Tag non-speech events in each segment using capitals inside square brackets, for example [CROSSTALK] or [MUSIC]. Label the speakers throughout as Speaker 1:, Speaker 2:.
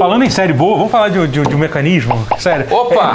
Speaker 1: Falando em série boa, vamos falar de, de- de um mecanismo? Sério.
Speaker 2: Opa!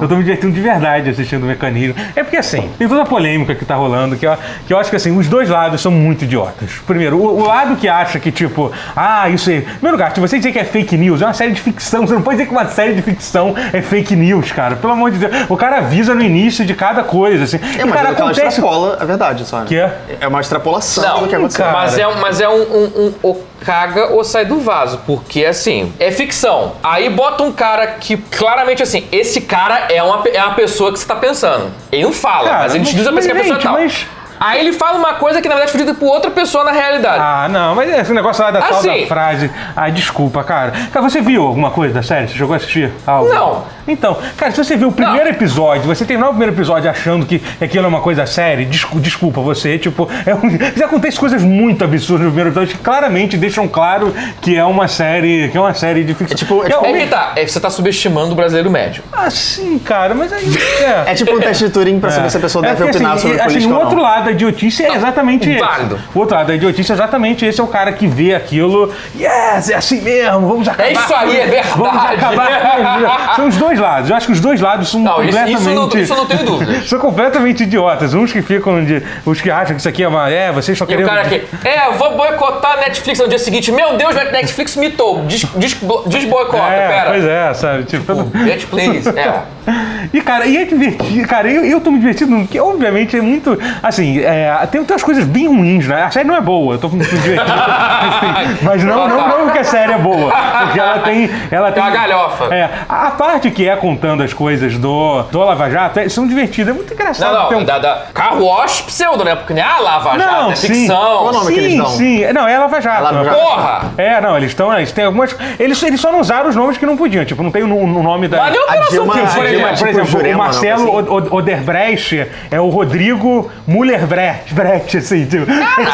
Speaker 1: eu tô me divertindo de verdade assistindo o mecanismo. É porque assim, tem toda a polêmica que tá rolando, que eu, que eu acho que assim, os dois lados são muito idiotas. Primeiro, o, o lado que acha que, tipo, ah, isso aí. Em primeiro lugar, se você dizer que é fake news, é uma série de ficção. Você não pode dizer que uma série de ficção é fake news, cara. Pelo amor de Deus. O cara avisa no início de cada coisa, assim.
Speaker 3: É,
Speaker 1: cara,
Speaker 3: mas é que ela
Speaker 1: acontece.
Speaker 3: extrapola a verdade, só. né?
Speaker 1: Que é?
Speaker 3: É uma extrapolação
Speaker 2: [LAUGHS] Não,
Speaker 3: do que aconteceu.
Speaker 1: cara.
Speaker 2: Mas é, um- mas é um, um- um- ou caga ou sai do vaso, porque assim, é ficção. Aí bota um cara que claramente assim, esse cara é uma, pe- é uma pessoa que você tá pensando. Ele não fala,
Speaker 1: Cara,
Speaker 2: mas ele te
Speaker 1: mas-
Speaker 2: diz a
Speaker 1: mas,
Speaker 2: pessoa que a pessoa é
Speaker 1: gente,
Speaker 2: tal.
Speaker 1: mas-
Speaker 2: Aí ele fala uma coisa que na verdade foi dita por outra pessoa na realidade.
Speaker 1: Ah, não, mas esse negócio lá da tal
Speaker 2: Assim.
Speaker 1: da frase. Ah, desculpa, cara. Cara, você viu alguma coisa da série? Você chegou a assistir algo?
Speaker 2: Não.
Speaker 1: Então, cara, se você viu o primeiro episódio, você terminar o primeiro episódio achando que aquilo é uma coisa séria, descu- desculpa você, tipo, é um- [LAUGHS] já acontece coisas muito absurdas no primeiro episódio que claramente deixam claro que é uma série, que é uma série de ficção.
Speaker 3: É tipo- é
Speaker 1: Eu-
Speaker 3: tipo-
Speaker 2: É que tá, é que você tá subestimando o brasileiro médio.
Speaker 1: assim, cara, mas aí
Speaker 3: É tipo um teste de Turing pra saber se a pessoa deve
Speaker 1: porque,
Speaker 3: opinar
Speaker 1: assim,
Speaker 3: sobre
Speaker 1: e, assim,
Speaker 3: política
Speaker 1: o
Speaker 3: ou
Speaker 1: outro
Speaker 3: não.
Speaker 1: lado da idiotice é exatamente esse.
Speaker 2: válido.
Speaker 1: O outro lado da idiotice é exatamente esse. É o cara que vê aquilo. Yes, é assim mesmo, vamos acabar.
Speaker 2: É isso aí, é verdade.
Speaker 1: Vamos
Speaker 2: [LAUGHS]
Speaker 1: acabar. são os dois lados. Eu acho que os dois lados são
Speaker 2: Não, isso- isso
Speaker 1: completamente...
Speaker 2: não- isso eu não
Speaker 1: [LAUGHS]
Speaker 2: tenho dúvida.
Speaker 1: são completamente idiotas. Uns que ficam de... Os que acham que isso aqui é uma... É, vocês só
Speaker 2: E o
Speaker 1: querem...
Speaker 2: cara aqui, é, eu vou boicotar a Netflix no dia seguinte. Meu Deus, Netflix mitou. Des, des, desboicota,
Speaker 1: É,
Speaker 2: pera.
Speaker 1: pois é, sabe? Tipo,
Speaker 2: Net, please. É.
Speaker 1: E, cara, e é divertido, cara, eu, eu tô me divertindo, porque obviamente é muito. Assim, é, tem, tem umas coisas bem ruins, né? A série não é boa, eu tô me
Speaker 2: [LAUGHS]
Speaker 1: divertindo. assim, mas não, não, não porque a série é boa. Porque ela tem. Ela tem
Speaker 2: uma galhofa.
Speaker 1: É, a a parte que é contando as coisas do, do Lava Jato é- são divertidas, é muito engraçado.
Speaker 2: Não,
Speaker 1: ter
Speaker 2: não,
Speaker 1: um-
Speaker 2: da, da carro wash pseudo, né? Porque nem a Lava Jato,
Speaker 1: Não,
Speaker 2: é
Speaker 1: sim.
Speaker 2: ficção.
Speaker 3: Qual o nome que eles
Speaker 1: Sim,
Speaker 3: dão?
Speaker 1: sim. Não, é Lava Jato.
Speaker 3: É Lava Jato.
Speaker 2: Porra!
Speaker 1: É, não, eles estão. Eles têm algumas. Eles, eles só não usaram os nomes que não podiam. Tipo, não tem o, o nome da.
Speaker 2: Mas nem
Speaker 3: A
Speaker 2: operação
Speaker 3: Dilma-
Speaker 2: que
Speaker 3: a
Speaker 1: Por
Speaker 3: Dilma-
Speaker 1: exemplo,
Speaker 3: tipo
Speaker 1: por exemplo,
Speaker 3: Jurema,
Speaker 1: o
Speaker 3: não,
Speaker 1: Marcelo
Speaker 3: assim.
Speaker 1: Od- Od- Oderbrecht é o Rodrigo Mullerbrecht, Brecht, assim, tipo. [LAUGHS]
Speaker 3: Ah.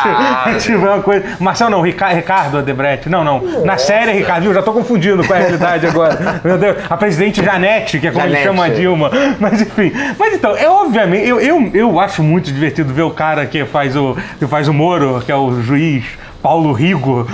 Speaker 2: Caralho.
Speaker 1: tipo, é uma coisa. Marcelo não, Rica- Ricardo Odebrecht. Não, não. Na série, Ricardo, viu? Já tô confundindo com a realidade agora. Meu Deus. A presidente Janete, que é como
Speaker 3: Janete.
Speaker 1: ele chama a Dilma. [LAUGHS] Mas enfim. Mas então, é obviamente, eu, eu, eu acho muito divertido ver o cara que faz o, que faz o Moro, que é o juiz. Paulo Rigo.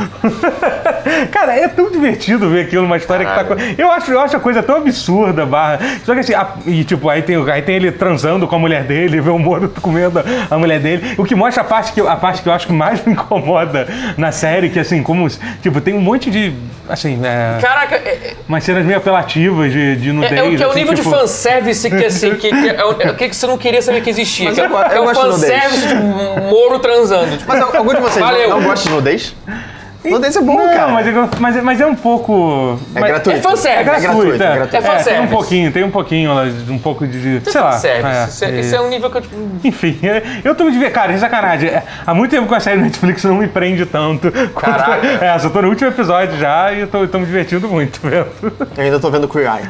Speaker 1: [LAUGHS] Cara, é tão divertido ver aquilo, uma história que tá. co- Eu acho, eu acho a coisa tão absurda, barra. Só que assim, a- e tipo, aí tem, o- aí tem ele transando com a mulher dele, vê o Moro [LAUGHS] comendo a mulher dele. O que mostra a parte que, eu- a parte que eu acho que mais [LAUGHS] me incomoda na série, que assim, como. se- Tipo, tem um monte de. Assim, é,
Speaker 2: Caraca, é,
Speaker 1: umas cenas meio apelativas de, de
Speaker 2: é,
Speaker 1: nudez.
Speaker 2: é o, que é o
Speaker 1: assim,
Speaker 2: nível de
Speaker 1: tipo-
Speaker 2: fanservice que assim, que, que é, o- é o que que você não queria saber que existia.
Speaker 3: Mas
Speaker 2: que é,
Speaker 3: eu go- eu
Speaker 2: é o
Speaker 3: gosto de
Speaker 2: fanservice de Moro transando. Tipo,
Speaker 3: Mas algum de vocês
Speaker 2: Valeu.
Speaker 3: não, não gosta de nudez? Nudez é bom,
Speaker 1: não,
Speaker 3: cara.
Speaker 1: Mas, é- mas, é- mas é um pouco.
Speaker 3: É
Speaker 1: mas-
Speaker 3: gratuito.
Speaker 2: é fanservice.
Speaker 1: É gratuito,
Speaker 3: gratuito, é
Speaker 1: é.
Speaker 3: gratuito.
Speaker 2: É
Speaker 1: É, tem um
Speaker 2: fanservice.
Speaker 1: pouquinho, tem um pouquinho, um pouco de. [LAUGHS] Sei lá.
Speaker 2: Fanservice.
Speaker 1: é,
Speaker 2: Esse,
Speaker 1: é.
Speaker 2: esse é um nível que eu. tipo,
Speaker 1: Enfim, [LAUGHS] eu tô me divertindo. Cara, de sacanagem. É, Há muito tempo que a série Netflix não me prende tanto. quanto [LAUGHS]
Speaker 2: Caraca.
Speaker 1: Essa, eu tô no último episódio já e eu tô, eu tô me divertindo muito, vendo.
Speaker 3: Eu ainda tô vendo Queer Eye.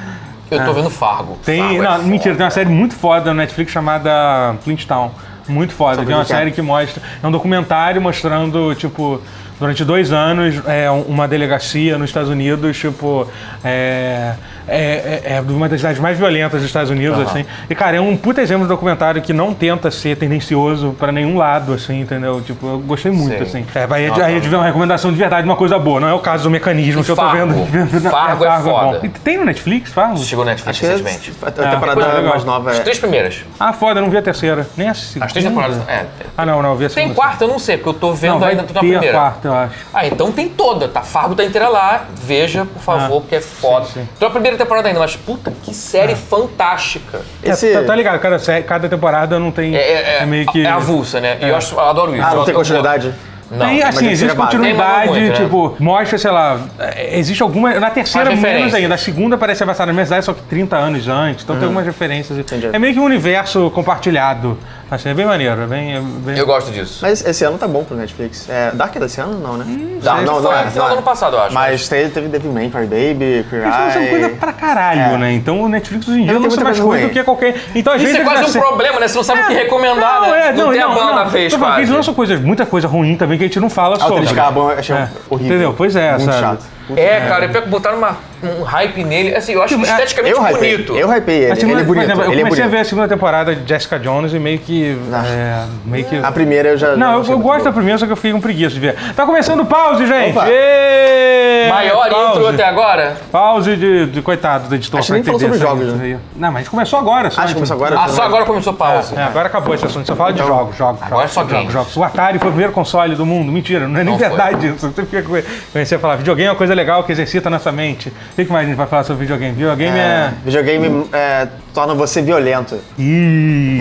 Speaker 2: Eu tô vendo Fargo.
Speaker 1: É. Tem.
Speaker 2: Fargo é
Speaker 1: não,
Speaker 2: foda.
Speaker 1: mentira, tem uma série muito foda na Netflix chamada Flintstown. Muito foda.
Speaker 3: Sobre
Speaker 1: Tem uma
Speaker 3: o que é?
Speaker 1: série que mostra. É um documentário mostrando, tipo, durante dois anos, é, um- uma delegacia nos Estados Unidos, tipo. É, é, é- é uma das cidades mais violentas dos Estados Unidos, assim. E, cara, é um puta exemplo de documentário que não tenta ser tendencioso pra nenhum lado, assim, entendeu? Tipo, eu gostei muito,
Speaker 2: Sim.
Speaker 1: assim. É, vai, aí a gente vê uma recomendação de verdade, uma coisa boa. Não é o caso do mecanismo
Speaker 2: E
Speaker 1: que
Speaker 2: Fargo?
Speaker 1: eu tô vendo. [LAUGHS]
Speaker 2: Fargo é
Speaker 1: bom.
Speaker 2: foda.
Speaker 1: E Tem no Netflix, Fargo?
Speaker 2: Chegou na Netflix
Speaker 3: Que é
Speaker 2: recentemente.
Speaker 3: a temporada
Speaker 1: Coisa legal.
Speaker 3: mais nova.
Speaker 2: As
Speaker 3: É...
Speaker 2: três primeiras.
Speaker 1: Ah, foda, eu não vi a terceira. Nem a segunda.
Speaker 2: As três temporadas. É,
Speaker 1: Ah, não, não, eu vi a segunda.
Speaker 2: Tem quarta, eu não sei, porque eu tô vendo
Speaker 1: Não, vai
Speaker 2: ainda, tô na
Speaker 1: ter
Speaker 2: primeira.
Speaker 1: a quarta, eu acho.
Speaker 2: Ah, então tem toda, tá? Fargo tá inteira lá. Veja, por favor, porque é foda.
Speaker 1: Ah, sim. É.
Speaker 2: Tô na primeira temporada ainda, mas puta, que série fantástica.
Speaker 3: Esse-
Speaker 1: Tá, tá ligado, cada, sé- cada temporada não tem...
Speaker 2: É, é, é,
Speaker 1: meio que...
Speaker 2: é avulsa, né? E eu, acho, eu adoro isso.
Speaker 3: Ah,
Speaker 2: Eu-
Speaker 3: não tem
Speaker 2: eu-
Speaker 3: continuidade?
Speaker 2: Não.
Speaker 1: Tem,
Speaker 3: tem
Speaker 1: assim,
Speaker 3: que
Speaker 1: existe
Speaker 3: ser gravado.
Speaker 1: continuidade,
Speaker 2: Tem, né? mas não muito,
Speaker 1: tipo, mostra, sei lá, é, existe alguma. Na terceira,
Speaker 2: Faz
Speaker 1: menos
Speaker 2: referência.
Speaker 1: ainda. A segunda parece avançar na mesma idade, só que 30 anos antes. Então tem algumas referências.
Speaker 3: Hum. Entendi.
Speaker 1: É meio que um universo compartilhado. Assim, é bem maneiro, é bem. é bem-
Speaker 2: Eu gosto disso.
Speaker 3: Mas esse ano tá bom pro Netflix. É, Dark é desse ano? Não, né?
Speaker 2: Dark
Speaker 3: não,
Speaker 2: foi
Speaker 3: não é,
Speaker 2: no final
Speaker 3: não é.
Speaker 2: do ano passado, eu acho.
Speaker 3: Mas teve, teve Devilman, Fire Baby, Queer
Speaker 1: Eles fazem
Speaker 3: Eye...
Speaker 1: é coisa pra caralho,
Speaker 3: É.
Speaker 1: né? Então o Netflix hoje em dia
Speaker 3: Ele tem
Speaker 1: lança
Speaker 3: muita
Speaker 1: mais
Speaker 3: coisa
Speaker 1: coisa
Speaker 3: ruim.
Speaker 1: do que qualquer. Então, às
Speaker 2: Isso
Speaker 1: vezes
Speaker 2: é quase um
Speaker 1: assim-
Speaker 2: problema, né? Você não sabe o que recomendar,
Speaker 1: não,
Speaker 2: né?
Speaker 1: É, não,
Speaker 2: tem
Speaker 1: não,
Speaker 2: a banda
Speaker 1: não.
Speaker 2: fez,
Speaker 1: Tô falando que
Speaker 2: quase.
Speaker 1: Eles lançam coisas, muita coisa ruim também que a gente não fala
Speaker 3: Ah, o
Speaker 1: sobre. né?
Speaker 3: Três Cabos eu achei
Speaker 1: É.
Speaker 3: horrível.
Speaker 1: Entendeu? Pois é,
Speaker 3: Muito
Speaker 1: sabe?
Speaker 3: chato. Puta
Speaker 2: É,
Speaker 3: merda.
Speaker 2: cara, eu pego botar uma- um hype nele. Assim, eu acho
Speaker 1: Tipo, é,
Speaker 2: esteticamente
Speaker 3: Eu hypei.
Speaker 2: bonito.
Speaker 3: Eu hypei ele.
Speaker 1: A segunda-
Speaker 3: ele é
Speaker 1: por
Speaker 3: bonito.
Speaker 1: exemplo, eu
Speaker 3: ele
Speaker 1: comecei
Speaker 3: é bonito.
Speaker 1: a ver a segunda temporada de Jessica Jones e meio que.
Speaker 3: Ah.
Speaker 1: é, meio que.
Speaker 3: A primeira eu já.
Speaker 1: Não, eu,
Speaker 3: achei
Speaker 1: eu
Speaker 3: muito
Speaker 1: gosto da
Speaker 3: boa.
Speaker 1: primeira, só que eu fiquei com preguiça de ver. Tá começando o pause, gente!
Speaker 3: Opa.
Speaker 1: Ê!
Speaker 2: Maior intro
Speaker 1: Pause.
Speaker 2: até agora?
Speaker 1: Pause de, de- coitado do editor
Speaker 3: Acho que
Speaker 1: pra
Speaker 3: nem falou
Speaker 1: entender
Speaker 3: sobre
Speaker 1: essa-
Speaker 3: jogos, né?
Speaker 1: Não, mas começou agora. Só
Speaker 3: Acho que começou agora.
Speaker 2: Ah, só agora começou a pausa.
Speaker 1: É, agora acabou esse assunto, só fala de jogos, Então, jogos.
Speaker 2: Agora é
Speaker 1: jogos,
Speaker 2: só
Speaker 1: jogos,
Speaker 2: games.
Speaker 1: jogos. O Atari foi o primeiro console do mundo. Mentira, não é nem
Speaker 2: Não foi.
Speaker 1: verdade isso. Você fica com- comecei a falar, videogame é uma coisa legal que exercita a nossa mente. O que que mais a gente vai falar sobre videogame? Videogame é...
Speaker 3: Videogame é, torna você violento.
Speaker 1: Ih,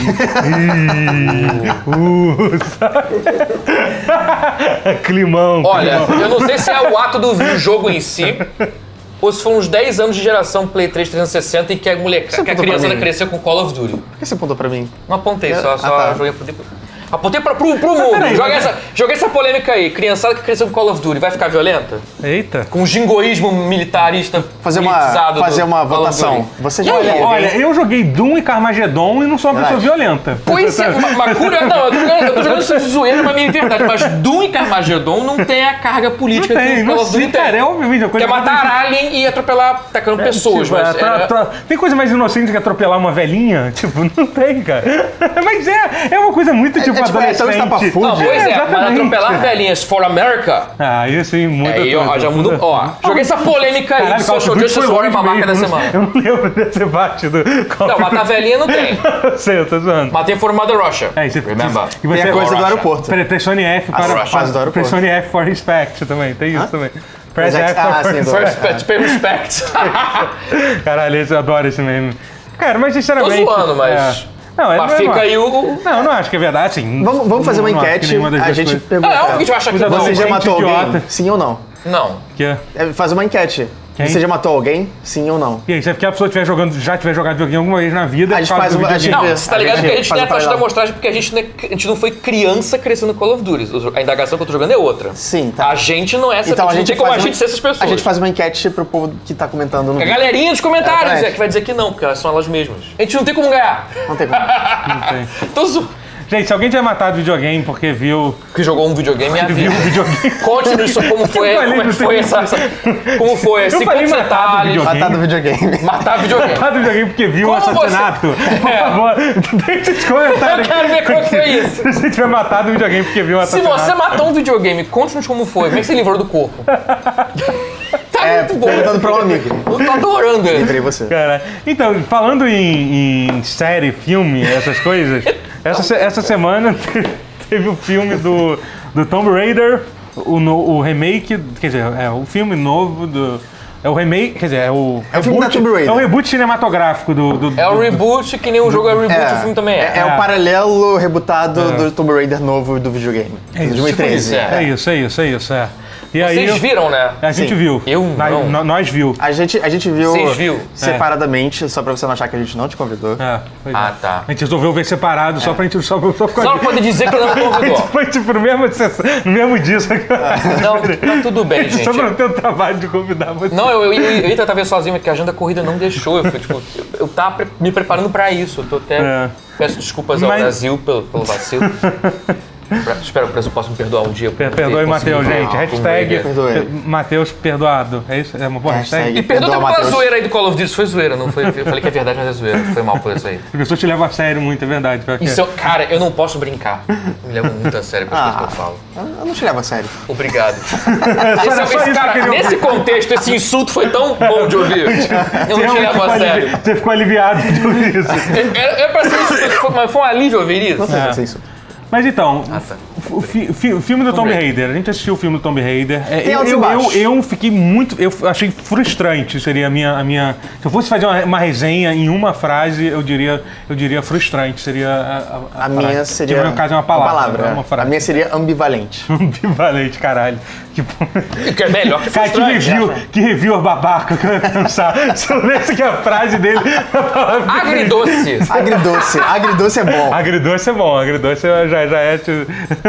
Speaker 1: ih, uh, sabe? [LAUGHS] Climão.
Speaker 2: Olha, eu não sei se é o ato do jogo em si, ou se foram uns 10 anos de geração Play 3 360 e que a, moleca, que a
Speaker 3: apontou pra
Speaker 2: criançada
Speaker 3: mim?
Speaker 2: cresceu com Call of Duty.
Speaker 3: Por que você apontou pra mim?
Speaker 2: Não apontei,
Speaker 3: Eu-
Speaker 2: só,
Speaker 3: ah,
Speaker 2: só
Speaker 3: tá. Ah,
Speaker 2: joguei apontei pro- Apontei pra, pro, pro mundo.
Speaker 1: peraí,
Speaker 2: joguei,
Speaker 1: mas-
Speaker 2: essa, joguei essa polêmica aí. Criançada que cresceu com Call of Duty vai ficar violenta?
Speaker 1: Eita.
Speaker 2: Com um jingoísmo militarista
Speaker 3: Fazer uma-
Speaker 2: politizado do
Speaker 3: fazer uma
Speaker 2: Call of
Speaker 3: votação.
Speaker 2: Duty.
Speaker 3: Você
Speaker 2: E
Speaker 3: já
Speaker 2: aí?
Speaker 3: olhou?
Speaker 1: Olha, eu joguei Doom e Carmageddon e não sou uma pessoa
Speaker 3: Verdade.
Speaker 1: violenta.
Speaker 2: Pois é, uma, uma cura. Não, eu tô jogando, eu tô jogando isso de zoeira, mas minha verdade. Mas Doom e Carmageddon não tem a carga política
Speaker 1: Não tem,
Speaker 2: que o
Speaker 1: não
Speaker 2: Call of Duty
Speaker 1: sei, cara, é obviamente uma coisa
Speaker 2: Quer matar alien e atropelar atacando pessoas,
Speaker 1: Tipo,
Speaker 2: mas. é-
Speaker 1: atro-
Speaker 2: era-
Speaker 1: atro- Tem coisa mais inocente que atropelar uma velhinha? [LAUGHS] Tipo, não tem, cara. [LAUGHS] Mas é, é uma coisa muito tipo
Speaker 3: é tipo, é tão
Speaker 1: adolescente.
Speaker 3: estapafúrdio.
Speaker 2: Não, pois é, mas
Speaker 1: exatamente.
Speaker 2: atropelar velhinhas for America.
Speaker 1: Ah, isso aí muda
Speaker 2: Aí, ó,
Speaker 1: tudo.
Speaker 2: já mudou. Ó, joguei essa polêmica aí de
Speaker 1: Caralho, Call of
Speaker 2: Social
Speaker 1: Duty foi
Speaker 2: Justice Warrior
Speaker 1: longe
Speaker 2: pra marca da
Speaker 1: mesmo.
Speaker 2: semana.
Speaker 1: [LAUGHS] Eu não lembro desse debate do Call
Speaker 2: Não,
Speaker 1: of
Speaker 2: tá matar
Speaker 1: Duty.
Speaker 2: velhinha não tem.
Speaker 1: Eu [LAUGHS] sei, eu tô zoando.
Speaker 2: Matei for Mother Russia.
Speaker 1: É, você,
Speaker 2: Remember.
Speaker 1: E você
Speaker 3: Tem a coisa do
Speaker 2: Rocha.
Speaker 3: aeroporto.
Speaker 1: Pre- Pressione F para.
Speaker 2: Rocha,
Speaker 3: faz do aeroporto.
Speaker 1: pressione F for respect também, tem isso
Speaker 3: Hã?
Speaker 1: também. Press
Speaker 3: Mas é-
Speaker 1: F for
Speaker 3: ah, sim, do-
Speaker 1: respect.
Speaker 2: First pet, pay
Speaker 1: [LAUGHS]
Speaker 2: respect.
Speaker 1: É, Caralho, esse- eu adoro esse meme. Cara, mas
Speaker 2: Tô
Speaker 1: sinceramente.
Speaker 2: zoando, mas.
Speaker 1: é. Não, é
Speaker 2: mas
Speaker 1: não é
Speaker 2: fica
Speaker 1: uma-
Speaker 2: aí o.
Speaker 1: Não, não acho que é verdade, sim.
Speaker 3: Vamos, vamos fazer uma
Speaker 1: Não acho que
Speaker 3: enquete.
Speaker 1: nenhuma das
Speaker 3: A
Speaker 1: duas
Speaker 3: gente
Speaker 1: coisas.
Speaker 2: Ah,
Speaker 3: pergunta.
Speaker 2: é óbvio que a gente vai achar que
Speaker 1: Os
Speaker 2: não.
Speaker 3: Você já
Speaker 1: Gente
Speaker 3: matou
Speaker 1: idiota.
Speaker 3: alguém? Sim ou não?
Speaker 2: Não.
Speaker 1: Que é-
Speaker 3: É, Faz uma enquete.
Speaker 1: Quem?
Speaker 3: Você já matou alguém? Sim ou não?
Speaker 1: E aí, se é porque a pessoa tiver jogando, já tiver jogado videogame alguma vez na vida,
Speaker 3: A gente
Speaker 1: por causa
Speaker 3: faz
Speaker 1: do
Speaker 3: uma- a
Speaker 1: videogame.
Speaker 3: gente
Speaker 2: Não,
Speaker 3: vê.
Speaker 2: você tá
Speaker 3: A
Speaker 2: ligado
Speaker 3: gente
Speaker 2: que a gente
Speaker 3: faz
Speaker 2: não é
Speaker 3: o
Speaker 2: taxa da
Speaker 3: paralelo.
Speaker 2: amostragem porque a gente, não é- a gente não foi criança crescendo com Call of Duty. A indagação que eu tô jogando é outra.
Speaker 3: Sim, tá.
Speaker 2: A gente não é essa
Speaker 3: Então a gente
Speaker 2: não tem como a
Speaker 3: faz uma-
Speaker 2: gente ser essas pessoas.
Speaker 3: A gente faz uma enquete pro povo que tá comentando
Speaker 2: A
Speaker 3: no vídeo.
Speaker 2: galerinha dos comentários é
Speaker 3: Exatamente.
Speaker 2: que vai dizer que não, porque elas são elas mesmas. A gente não tem como ganhar.
Speaker 3: Não tem como. Tá,
Speaker 2: Tô zo...
Speaker 1: Gente, se alguém tiver matado videogame porque viu,
Speaker 2: Que jogou um videogame é a
Speaker 1: viu
Speaker 2: vida.
Speaker 1: o videogame. [LAUGHS]
Speaker 2: Conte-nos como
Speaker 1: falei
Speaker 2: foi, como é
Speaker 1: no
Speaker 2: que foi
Speaker 1: teu
Speaker 2: essa, essa. Como foi?
Speaker 1: Eu
Speaker 2: 50
Speaker 1: falei matar do
Speaker 2: detalhes.
Speaker 1: videogame.
Speaker 3: Matar tá do videogame.
Speaker 2: Matar
Speaker 1: [LAUGHS]
Speaker 2: videogame.
Speaker 1: Matado videogame porque viu o
Speaker 2: Como você- É.
Speaker 1: assassinato. Por favor, [LAUGHS] deixa os comentários.
Speaker 2: Eu quero ver como é que foi isso.
Speaker 1: Se você tiver matado videogame porque viu o
Speaker 2: Se
Speaker 1: assassinato.
Speaker 2: você matou um videogame, conte-nos como foi. Como é que você livrou do
Speaker 1: [LAUGHS]
Speaker 2: corpo? Tá
Speaker 3: É,
Speaker 2: muito bom.
Speaker 3: perguntando pra um amigo.
Speaker 2: Eu tô adorando ele.
Speaker 3: Entrei você.
Speaker 1: Cara, então, falando em, em série, filme, essas coisas, essa, se- essa semana [LAUGHS] te- teve o filme do, do Tomb Raider, o, no- o remake, quer dizer, é o filme novo do. É o remake, quer dizer, é o.
Speaker 3: É o filme da Tomb Raider.
Speaker 1: É o reboot cinematográfico do. do, do
Speaker 2: É o reboot, que nem o jogo é reboot, o filme também é.
Speaker 3: é,
Speaker 1: Ah.
Speaker 3: é o paralelo rebutado do Tomb Raider novo do videogame.
Speaker 1: É isso,
Speaker 3: 2013.
Speaker 2: tipo isso,
Speaker 1: É isso, é isso, é isso, é. E aí,
Speaker 2: Vocês viram, né?
Speaker 1: A gente
Speaker 3: Sim.
Speaker 1: viu.
Speaker 2: Eu
Speaker 1: Nós-
Speaker 2: não.
Speaker 1: nó- Nós viu.
Speaker 3: A gente, a gente viu,
Speaker 2: Vocês viu?
Speaker 3: separadamente, só pra você não achar que a gente não te convidou.
Speaker 1: É, pois é.
Speaker 2: Ah, tá.
Speaker 1: A gente resolveu ver separado só pra gente só, só ficar.
Speaker 2: Só pra poder dizer que não convidou. [LAUGHS]
Speaker 1: [LAUGHS] Foi tipo no mesmo, sessão- no mesmo dia, só que.
Speaker 3: Ah.
Speaker 2: Não, tá tudo bem, gente.
Speaker 1: Só pra ter o trabalho de convidar você.
Speaker 2: Não, eu, eu, eu ia tentar ver sozinho, mas que a agenda corrida não deixou. Eu, fui, tipo, eu tava pre- me preparando pra isso. Eu tô até.
Speaker 1: É.
Speaker 2: Peço desculpas ao
Speaker 1: Mas-
Speaker 2: Brasil pelo, pelo vacilo. Pra- espero que o Brasil possa me perdoar um dia. por
Speaker 1: Per-
Speaker 2: ter
Speaker 1: Perdoe
Speaker 2: conseguido
Speaker 1: Matheus,
Speaker 2: ver
Speaker 1: gente.
Speaker 2: um
Speaker 1: Hashtag
Speaker 2: Tomb Raider.
Speaker 3: Perdoe.
Speaker 1: Matheus perdoado. É isso? É uma boa hashtag?
Speaker 2: E perdoa
Speaker 3: Perdoa,
Speaker 2: até pela
Speaker 3: Matheus.
Speaker 2: zoeira aí do Call of Duty. Isso foi zoeira, não foi? Eu falei que é verdade, mas é zoeira. Foi mal por isso aí.
Speaker 1: As pessoas te levam a sério muito, é verdade. pior que é.
Speaker 2: Isso, eu- cara, eu não posso brincar. Me levo muito a sério com as
Speaker 3: Ah.
Speaker 2: coisas que eu falo.
Speaker 3: Eu eu não te levo a sério.
Speaker 2: Obrigado.
Speaker 1: é. era
Speaker 2: Esse,
Speaker 1: só isso
Speaker 2: esse,
Speaker 1: que eu
Speaker 2: cara,
Speaker 1: queria
Speaker 2: nesse contexto, esse insulto foi tão bom de ouvir. Eu
Speaker 1: Você
Speaker 2: não
Speaker 1: realmente
Speaker 2: te levo
Speaker 1: ficou
Speaker 2: a
Speaker 1: alivi-
Speaker 2: sério.
Speaker 1: Você ficou aliviado de
Speaker 2: [LAUGHS]
Speaker 1: ouvir isso.
Speaker 2: Era, era pra ser isso, mas foi- mas foi um alívio ouvir isso.
Speaker 3: Não
Speaker 1: Ah.
Speaker 3: sei se é isso.
Speaker 1: Mas então,
Speaker 2: tá.
Speaker 1: o fi- fi- o filme do Tomb
Speaker 2: Raider.
Speaker 1: Raider. A gente assistiu o filme do Tomb Raider. É,
Speaker 3: Tem
Speaker 1: eu,
Speaker 3: altos e
Speaker 1: eu, eu,
Speaker 3: baixos.
Speaker 1: eu fiquei muito. Eu achei frustrante, seria a minha. A minha se eu fosse fazer uma, uma resenha em uma frase, eu diria, eu diria frustrante. Seria a, a- a
Speaker 3: A
Speaker 1: frase.
Speaker 3: minha
Speaker 1: Tá. Que
Speaker 3: seria.
Speaker 1: no meu caso é uma palavra. não é uma
Speaker 3: a
Speaker 1: frase.
Speaker 3: minha seria ambivalente.
Speaker 1: [LAUGHS] Ambivalente, caralho. Que
Speaker 2: Que é melhor que
Speaker 1: Cara, que
Speaker 2: frustrante.
Speaker 1: review, que review babaca que eu ia pensar. [LAUGHS] Se eu lesse que a frase dele. [LAUGHS] a palavra-
Speaker 2: Agridoce.
Speaker 3: Agridoce. Agridoce é bom.
Speaker 1: Agridoce é bom, agridoce já, já é. tipo- [LAUGHS]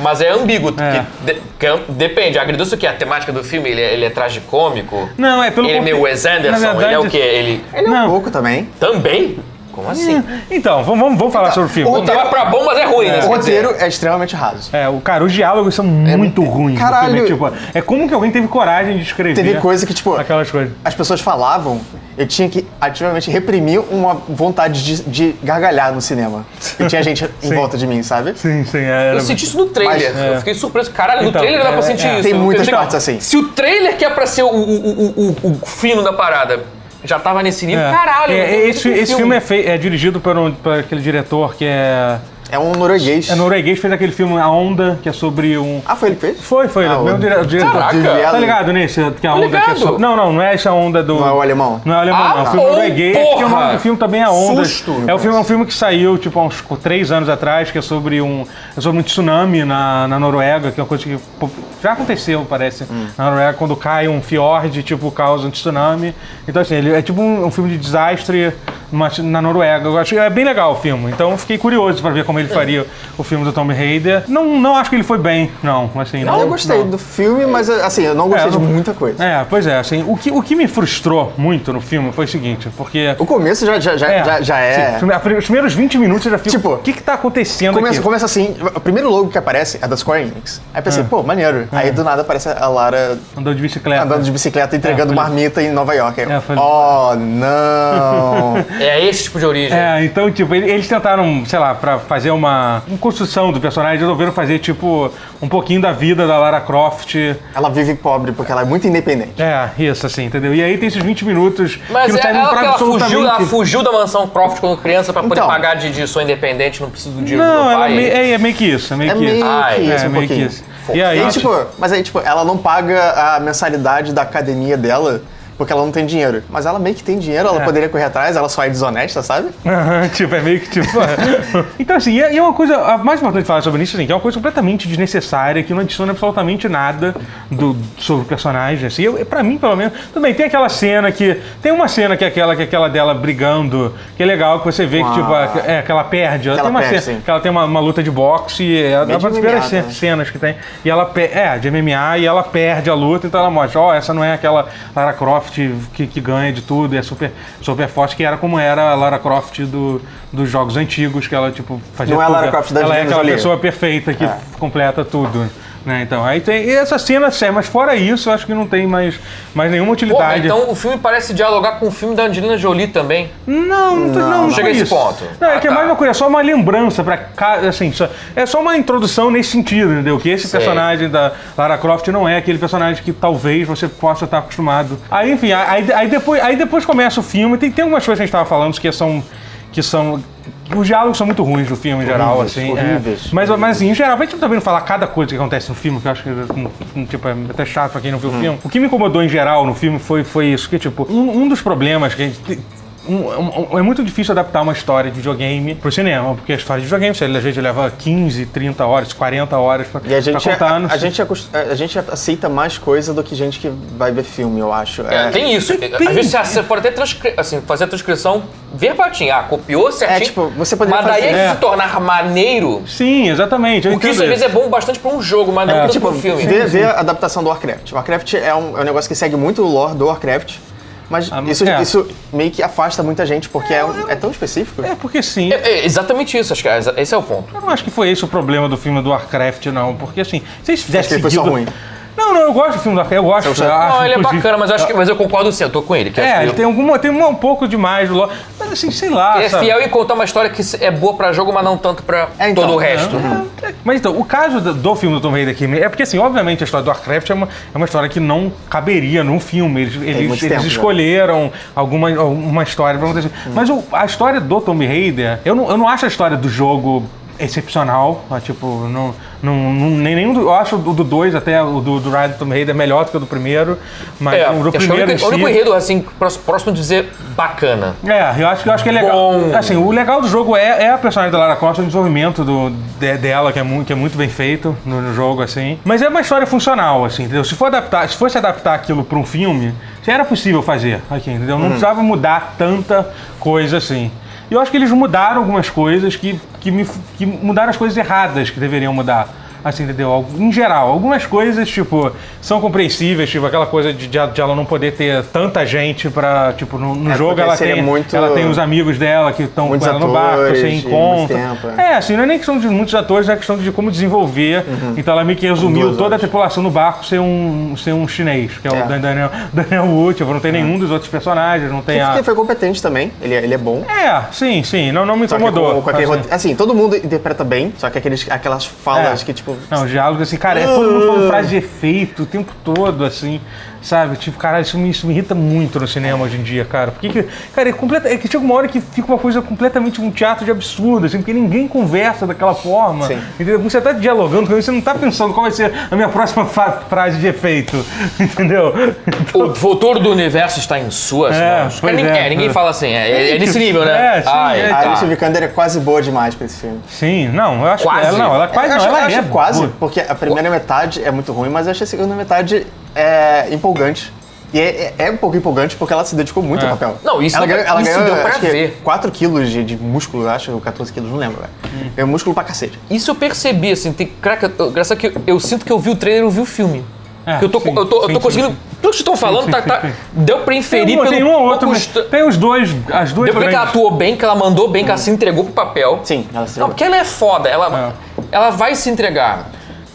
Speaker 2: Mas é ambíguo.
Speaker 1: É.
Speaker 2: que de- que é- depende. Agridoce o que? A temática do filme? Ele é, ele é tragicômico?
Speaker 1: Não, é pelo.
Speaker 2: Ele é meio
Speaker 1: contexto.
Speaker 2: Wes Anderson?
Speaker 1: Na verdade,
Speaker 2: ele é o quê? Ele
Speaker 3: Ele é um
Speaker 1: Não.
Speaker 3: pouco também.
Speaker 2: também? Como assim?
Speaker 1: Então, vamos, vamos, vamos falar sobre o filme.
Speaker 2: Não
Speaker 3: Roteiro-
Speaker 2: tava pra bom, mas é ruim, né?
Speaker 3: O
Speaker 2: você quer dizer?
Speaker 3: roteiro é extremamente raso.
Speaker 1: É, o cara, os diálogos são muito ruins. no
Speaker 3: É, Caralho.
Speaker 1: filme, é tipo, é como que alguém teve coragem de escrever
Speaker 3: Teve coisa que, tipo,
Speaker 1: aquelas coisas.
Speaker 3: as pessoas falavam, eu tinha que ativamente reprimir uma vontade de, de gargalhar no cinema. E
Speaker 1: [LAUGHS]
Speaker 3: tinha gente em volta de mim, sabe?
Speaker 1: Sim, sim, era.
Speaker 2: Eu senti isso no trailer.
Speaker 3: Mas- é.
Speaker 2: eu fiquei surpreso. Caralho, no
Speaker 1: Então,
Speaker 2: trailer dá
Speaker 1: é,
Speaker 2: pra sentir
Speaker 1: é.
Speaker 2: isso.
Speaker 3: Tem
Speaker 2: Eu
Speaker 3: muitas
Speaker 2: fiquei-
Speaker 3: partes assim.
Speaker 2: Se o trailer que é pra ser o, o, o, o- o fino da parada já tava nesse nível,
Speaker 1: É.
Speaker 2: caralho.
Speaker 1: É,
Speaker 2: não tem
Speaker 1: esse,
Speaker 2: muito
Speaker 1: esse filme, é, fei- é dirigido por, um- por aquele diretor que é,
Speaker 3: É um norueguês.
Speaker 1: é norueguês, fez aquele filme A Onda, que é sobre um.
Speaker 3: Ah, foi ele que fez?
Speaker 1: Foi, foi,
Speaker 3: Ah,
Speaker 1: o mesmo
Speaker 3: o-
Speaker 1: dire- diretor.
Speaker 2: Caraca.
Speaker 1: Tá ligado nesse? Que é a
Speaker 2: Tô
Speaker 1: onda que é
Speaker 2: ligado.
Speaker 1: sobre- Não, não, não é essa onda do.
Speaker 3: Não é o alemão?
Speaker 1: Não é o alemão,
Speaker 2: Ah,
Speaker 1: não. É o filme
Speaker 2: ou-
Speaker 1: norueguês, que o
Speaker 2: porra!
Speaker 1: nome do filme também é Onda.
Speaker 3: Susto,
Speaker 1: é, o filme,
Speaker 3: nossa.
Speaker 1: é um filme que saiu, tipo, há uns co- três anos atrás, que é sobre um, é sobre um tsunami na, na Noruega, que é uma coisa que pô, já aconteceu, parece, na Noruega, quando cai um fiord, tipo, causa um tsunami. Então, assim, ele é tipo um, um filme de desastre numa- na Noruega. Eu acho, é bem legal o filme, então eu fiquei curioso pra ver como ele faria o filme do Tommy Raider. Não, não acho que ele foi bem, não, assim.
Speaker 3: eu gostei do filme, mas assim, eu não gostei de
Speaker 1: É, não-
Speaker 3: muita coisa.
Speaker 1: É, pois é, assim, o que, o que me frustrou muito no filme foi o seguinte, porque...
Speaker 3: O começo já, já, já, já, já é.
Speaker 1: Sim, os primeiros 20 minutos eu já fico.
Speaker 3: Tipo,
Speaker 1: o que que tá acontecendo
Speaker 3: Começa,
Speaker 1: aqui?
Speaker 3: começa assim, o primeiro logo que aparece é da Square Enix. Aí eu
Speaker 1: É.
Speaker 3: pensei, pô, maneiro. Aí do nada aparece a Lara
Speaker 1: Andou de bicicleta.
Speaker 3: andando de bicicleta entregando
Speaker 1: É, falei-
Speaker 3: marmita em Nova York. Aí eu,
Speaker 1: É, falei-
Speaker 3: oh,
Speaker 1: [LAUGHS]
Speaker 3: não!
Speaker 2: filme. É esse tipo de origem.
Speaker 1: É, então, tipo, ele- eles tentaram, sei lá, pra fazer uma, uma construção do personagem, resolveram fazer, tipo, um pouquinho da vida da Lara Croft.
Speaker 3: ela vive pobre porque ela é muito independente.
Speaker 1: É, isso, assim, entendeu? E aí tem esses 20 minutos
Speaker 2: Mas
Speaker 1: que não
Speaker 2: é
Speaker 1: servem
Speaker 2: ela
Speaker 1: pra
Speaker 2: que ela
Speaker 1: absolutamente...
Speaker 2: fugiu, ela fugiu da mansão Croft quando criança pra poder
Speaker 3: Então.
Speaker 2: pagar de, de sou independente, não preciso do dinheiro do
Speaker 1: Não,
Speaker 2: meu
Speaker 1: ela
Speaker 2: pai.
Speaker 1: me- é, é meio que isso, é meio
Speaker 3: É
Speaker 1: que
Speaker 3: meio
Speaker 1: isso.
Speaker 2: Ah,
Speaker 3: que
Speaker 2: é,
Speaker 3: isso,
Speaker 1: é
Speaker 3: um
Speaker 1: meio que
Speaker 3: pouquinho.
Speaker 1: isso. E aí,
Speaker 3: E, tipo, mas aí, tipo, ela não paga a mensalidade da academia dela porque ela não tem dinheiro. Mas ela meio que tem dinheiro, ela
Speaker 1: É.
Speaker 3: poderia correr atrás, ela só é desonesta, sabe?
Speaker 1: Aham, [LAUGHS] tipo, é meio que tipo. então, assim, e é e é uma coisa. A mais importante de falar sobre isso, assim, que é uma coisa completamente desnecessária, que não adiciona absolutamente nada do, sobre o personagem. Assim, eu, pra mim, pelo menos. Tudo bem, tem aquela cena que. Tem uma cena que é aquela, que é aquela dela brigando, que é legal, que você vê que, tipo, a- é, que ela perde. Ela,
Speaker 3: Que
Speaker 1: tem
Speaker 3: ela
Speaker 1: uma
Speaker 3: perde,
Speaker 1: cena,
Speaker 3: sim.
Speaker 1: que ela tem uma, uma luta de boxe, e é uma
Speaker 3: de
Speaker 1: das primeiras
Speaker 3: MMA, né?
Speaker 1: cenas que tem. E ela pe- é, de MMA, e ela perde a luta, então ela mostra, ó, essa não é aquela Lara Croft que, que ganha de tudo, e é super, super forte, que era como era a Lara Croft do, dos jogos antigos, que ela, tipo, fazia
Speaker 3: Não é a
Speaker 1: tudo.
Speaker 3: Lara Croft da
Speaker 1: Ela é
Speaker 3: Angelina
Speaker 1: aquela
Speaker 3: Jolie.
Speaker 1: pessoa perfeita que
Speaker 3: É.
Speaker 1: completa tudo. Né, então, aí tem. E essa cena serve, mas fora isso, eu acho que não tem mais, mais nenhuma
Speaker 2: Porra,
Speaker 1: utilidade.
Speaker 2: então o filme parece dialogar com o filme da Angelina Jolie também.
Speaker 1: Não, não, não, não
Speaker 2: chega
Speaker 1: foi
Speaker 2: a esse
Speaker 1: isso.
Speaker 2: ponto.
Speaker 1: Não, é
Speaker 2: Ah,
Speaker 1: que é
Speaker 2: tá.
Speaker 1: mais uma coisa, é só uma lembrança pra cá, assim, só- é só uma introdução nesse sentido, entendeu? Que esse
Speaker 2: Sei.
Speaker 1: personagem da Lara Croft não é aquele personagem que talvez você possa estar acostumado. Aí, enfim, aí, aí depois, aí depois começa o filme, tem, tem algumas coisas que a gente tava falando que são que são os diálogos são muito ruins no filme em geral,
Speaker 3: Horríveis,
Speaker 1: assim.
Speaker 3: horríveis.
Speaker 1: É. Mas, mas assim, em geral, vai tipo, também não falar cada coisa que acontece no filme, que eu acho que hum, tipo, é até chato pra quem não viu
Speaker 3: Hum.
Speaker 1: o filme. O que me incomodou em geral no filme foi, foi isso, que tipo, um, um dos problemas que a gente. te- um- um- um- é muito difícil adaptar uma história de videogame pro cinema, porque a história de videogame, você, às vezes leva 15, 30 horas, 40 horas pra,
Speaker 3: E a gente, é-
Speaker 1: pra contar.
Speaker 3: a,
Speaker 1: no-
Speaker 3: a gente acost- a gente aceita mais coisa do que gente que vai ver filme, eu acho.
Speaker 2: É, tem isso.
Speaker 1: Tem-
Speaker 2: Às vezes você- você pode até transcri- assim, fazer a transcrição verbatim. Ah, copiou certinho.
Speaker 3: É, tipo, você poderia
Speaker 2: Mas daí
Speaker 3: fazer-
Speaker 2: é
Speaker 1: É.
Speaker 2: se tornar maneiro.
Speaker 1: Sim, exatamente. eu
Speaker 2: Porque isso
Speaker 1: entendo
Speaker 2: às vezes é bom bastante pra um jogo, mas não
Speaker 1: É,
Speaker 2: tanto
Speaker 1: tipo,
Speaker 2: pra um filme.
Speaker 3: Vê, vê a adaptação do Warcraft. Warcraft é um, é um negócio que segue muito o lore do Warcraft, mas
Speaker 1: Ah,
Speaker 3: isso,
Speaker 1: é.
Speaker 3: isso meio que afasta muita gente, porque é, um- é tão específico.
Speaker 1: É porque sim.
Speaker 2: É, é exatamente isso, acho que é exa- esse é o ponto.
Speaker 1: Eu não acho que foi esse o problema do filme do Warcraft, não. Porque assim, se eles fizessem.
Speaker 3: Porque foi só
Speaker 1: seguido-
Speaker 3: ruim.
Speaker 1: Não, não, eu gosto do filme do Warcraft. Eu gosto.
Speaker 3: Você-
Speaker 1: eu acho,
Speaker 2: não, ele é
Speaker 1: inclusive.
Speaker 2: bacana, mas eu, acho que, mas eu concordo sim, eu tô com ele. que acho
Speaker 1: É,
Speaker 2: que
Speaker 1: ele tem, alguma, tem um, um pouco demais do lore. Mas assim, sei lá.
Speaker 2: ele é
Speaker 1: sabe?
Speaker 2: fiel em contar uma história que é boa pra jogo, mas não tanto pra
Speaker 3: É, então.
Speaker 2: todo o resto.
Speaker 1: É, Mas então, o caso do, do filme do Tomb Raider aqui é porque, assim, obviamente a história do Warcraft é uma, é uma história que não caberia num filme. Eles, eles,
Speaker 3: muito
Speaker 1: eles
Speaker 3: tempo, né? Hum.
Speaker 1: escolheram alguma, alguma história pra acontecer. Mas o- a história do Tomb Raider, eu não, eu não acho a história do jogo excepcional, tá? tipo, não, não, não- nem nenhum do, eu acho o do 2 até o do, do Ride do Tomb Raider melhor do que o do primeiro, mas
Speaker 2: É,
Speaker 1: o do
Speaker 2: acho que o
Speaker 1: primeiro em
Speaker 2: único, o
Speaker 1: si-
Speaker 2: único enredo, assim, pró- próximo de dizer bacana.
Speaker 1: é, eu acho, que- eu acho que é legal.
Speaker 2: Bom.
Speaker 1: Assim, o legal do jogo é, é a personagem da Lara Croft, o desenvolvimento do, de- dela, que é, muito, que é muito bem feito no, no jogo, assim. Mas é uma história funcional, assim, entendeu? Se, for adaptar, se fosse adaptar aquilo pra um filme, já era possível fazer aqui, entendeu? Não precisava mudar tanta coisa assim. E eu acho que eles mudaram algumas coisas que, que, me, que mudaram as coisas erradas que deveriam mudar. assim, entendeu? Algu- Em geral, algumas coisas, tipo, são compreensíveis, tipo, aquela coisa de, de- de ela não poder ter tanta gente pra, tipo, no, no
Speaker 3: É,
Speaker 1: jogo
Speaker 3: porque
Speaker 1: ela
Speaker 3: seria
Speaker 1: tem,
Speaker 3: muito-
Speaker 1: ela tem os amigos dela que estão com
Speaker 3: Muitos
Speaker 1: ela no barco,
Speaker 3: atores
Speaker 1: você
Speaker 3: e muito
Speaker 1: encontra.
Speaker 3: tempo, é.
Speaker 1: É, é, assim, não é nem questão de muitos atores, é questão de como desenvolver. Então ela meio que resumiu
Speaker 3: Uhum. Duas
Speaker 1: toda
Speaker 3: horas.
Speaker 1: a tripulação no barco ser um, ser um chinês, que é,
Speaker 3: É.
Speaker 1: o Dan- Daniel, Daniel Wu, tipo, não tem nenhum dos outros personagens, não tem a...
Speaker 3: Ele foi competente também, ele, é- ele é bom.
Speaker 1: É, sim, sim, não, não me
Speaker 3: Só que
Speaker 1: incomodou.
Speaker 3: com- com aquele
Speaker 1: assim.
Speaker 3: rote- assim, todo mundo interpreta bem, só que aqueles, aquelas falas
Speaker 1: É.
Speaker 3: que, tipo,
Speaker 1: Não, diálogo assim, cara, é todo mundo falando frase de efeito o tempo todo, assim, sabe? Tipo, caralho, isso me, isso me irrita muito no cinema hoje em dia, cara. Porque, que- cara, é, completa, é que chega uma hora que fica uma coisa completamente um teatro de absurdo, assim, porque ninguém conversa daquela forma.
Speaker 3: Sim.
Speaker 1: Entendeu? Quando você tá dialogando com ele, você não tá pensando qual vai ser a minha próxima fa- frase de efeito, [LAUGHS] entendeu?
Speaker 2: O futuro do universo está em suas
Speaker 1: É,
Speaker 2: mãos.
Speaker 1: pois
Speaker 2: Ninguém-
Speaker 1: é.
Speaker 2: é, ninguém fala assim. É, é- é nesse nível, né?
Speaker 1: É, sim,
Speaker 2: Ai,
Speaker 1: é.
Speaker 2: tá.
Speaker 3: a Alicia Vikander é quase boa demais pra esse filme.
Speaker 1: Sim, não, eu acho
Speaker 2: Quase.
Speaker 1: que ela não, ela quase não,
Speaker 3: eu acho,
Speaker 1: ela
Speaker 3: eu
Speaker 1: é
Speaker 3: acho quase,
Speaker 1: boa.
Speaker 3: porque a primeira metade é muito ruim, mas eu acho a segunda metade é, empolgante. E é, é- é um pouco empolgante porque ela se dedicou muito
Speaker 1: É.
Speaker 3: ao papel.
Speaker 2: Não, isso
Speaker 3: ela
Speaker 2: dá pra- isso deu pra
Speaker 3: acho que,
Speaker 2: ver.
Speaker 3: 4 quilos de, de músculo, eu acho, ou 14 quilos, não lembro, velho.
Speaker 1: Hum.
Speaker 3: É músculo pra cacete.
Speaker 2: Isso eu percebi, assim, tem. Caraca, eu- graças a que eu, eu sinto que eu vi o trailer e eu vi o filme.
Speaker 1: É,
Speaker 2: Que eu tô,
Speaker 1: sim,
Speaker 2: eu tô, eu tô
Speaker 1: sim, sim,
Speaker 2: conseguindo.
Speaker 1: sim.
Speaker 2: Tudo que vocês estão falando,
Speaker 1: sim,
Speaker 2: tá,
Speaker 1: sim,
Speaker 2: tá-
Speaker 1: sim.
Speaker 2: deu pra
Speaker 1: Tem,
Speaker 2: inferir
Speaker 1: um,
Speaker 2: pelo
Speaker 1: tem um ou outro,
Speaker 2: pouco
Speaker 1: mas
Speaker 2: estra-
Speaker 1: tem os dois, as duas
Speaker 2: Deu pra ver que ela
Speaker 1: grandes.
Speaker 2: atuou bem, que ela mandou bem, que
Speaker 1: Uhum.
Speaker 2: ela se entregou pro papel.
Speaker 3: Sim, ela se
Speaker 2: Não,
Speaker 3: dedicou.
Speaker 2: porque ela é foda, ela, ela vai se entregar.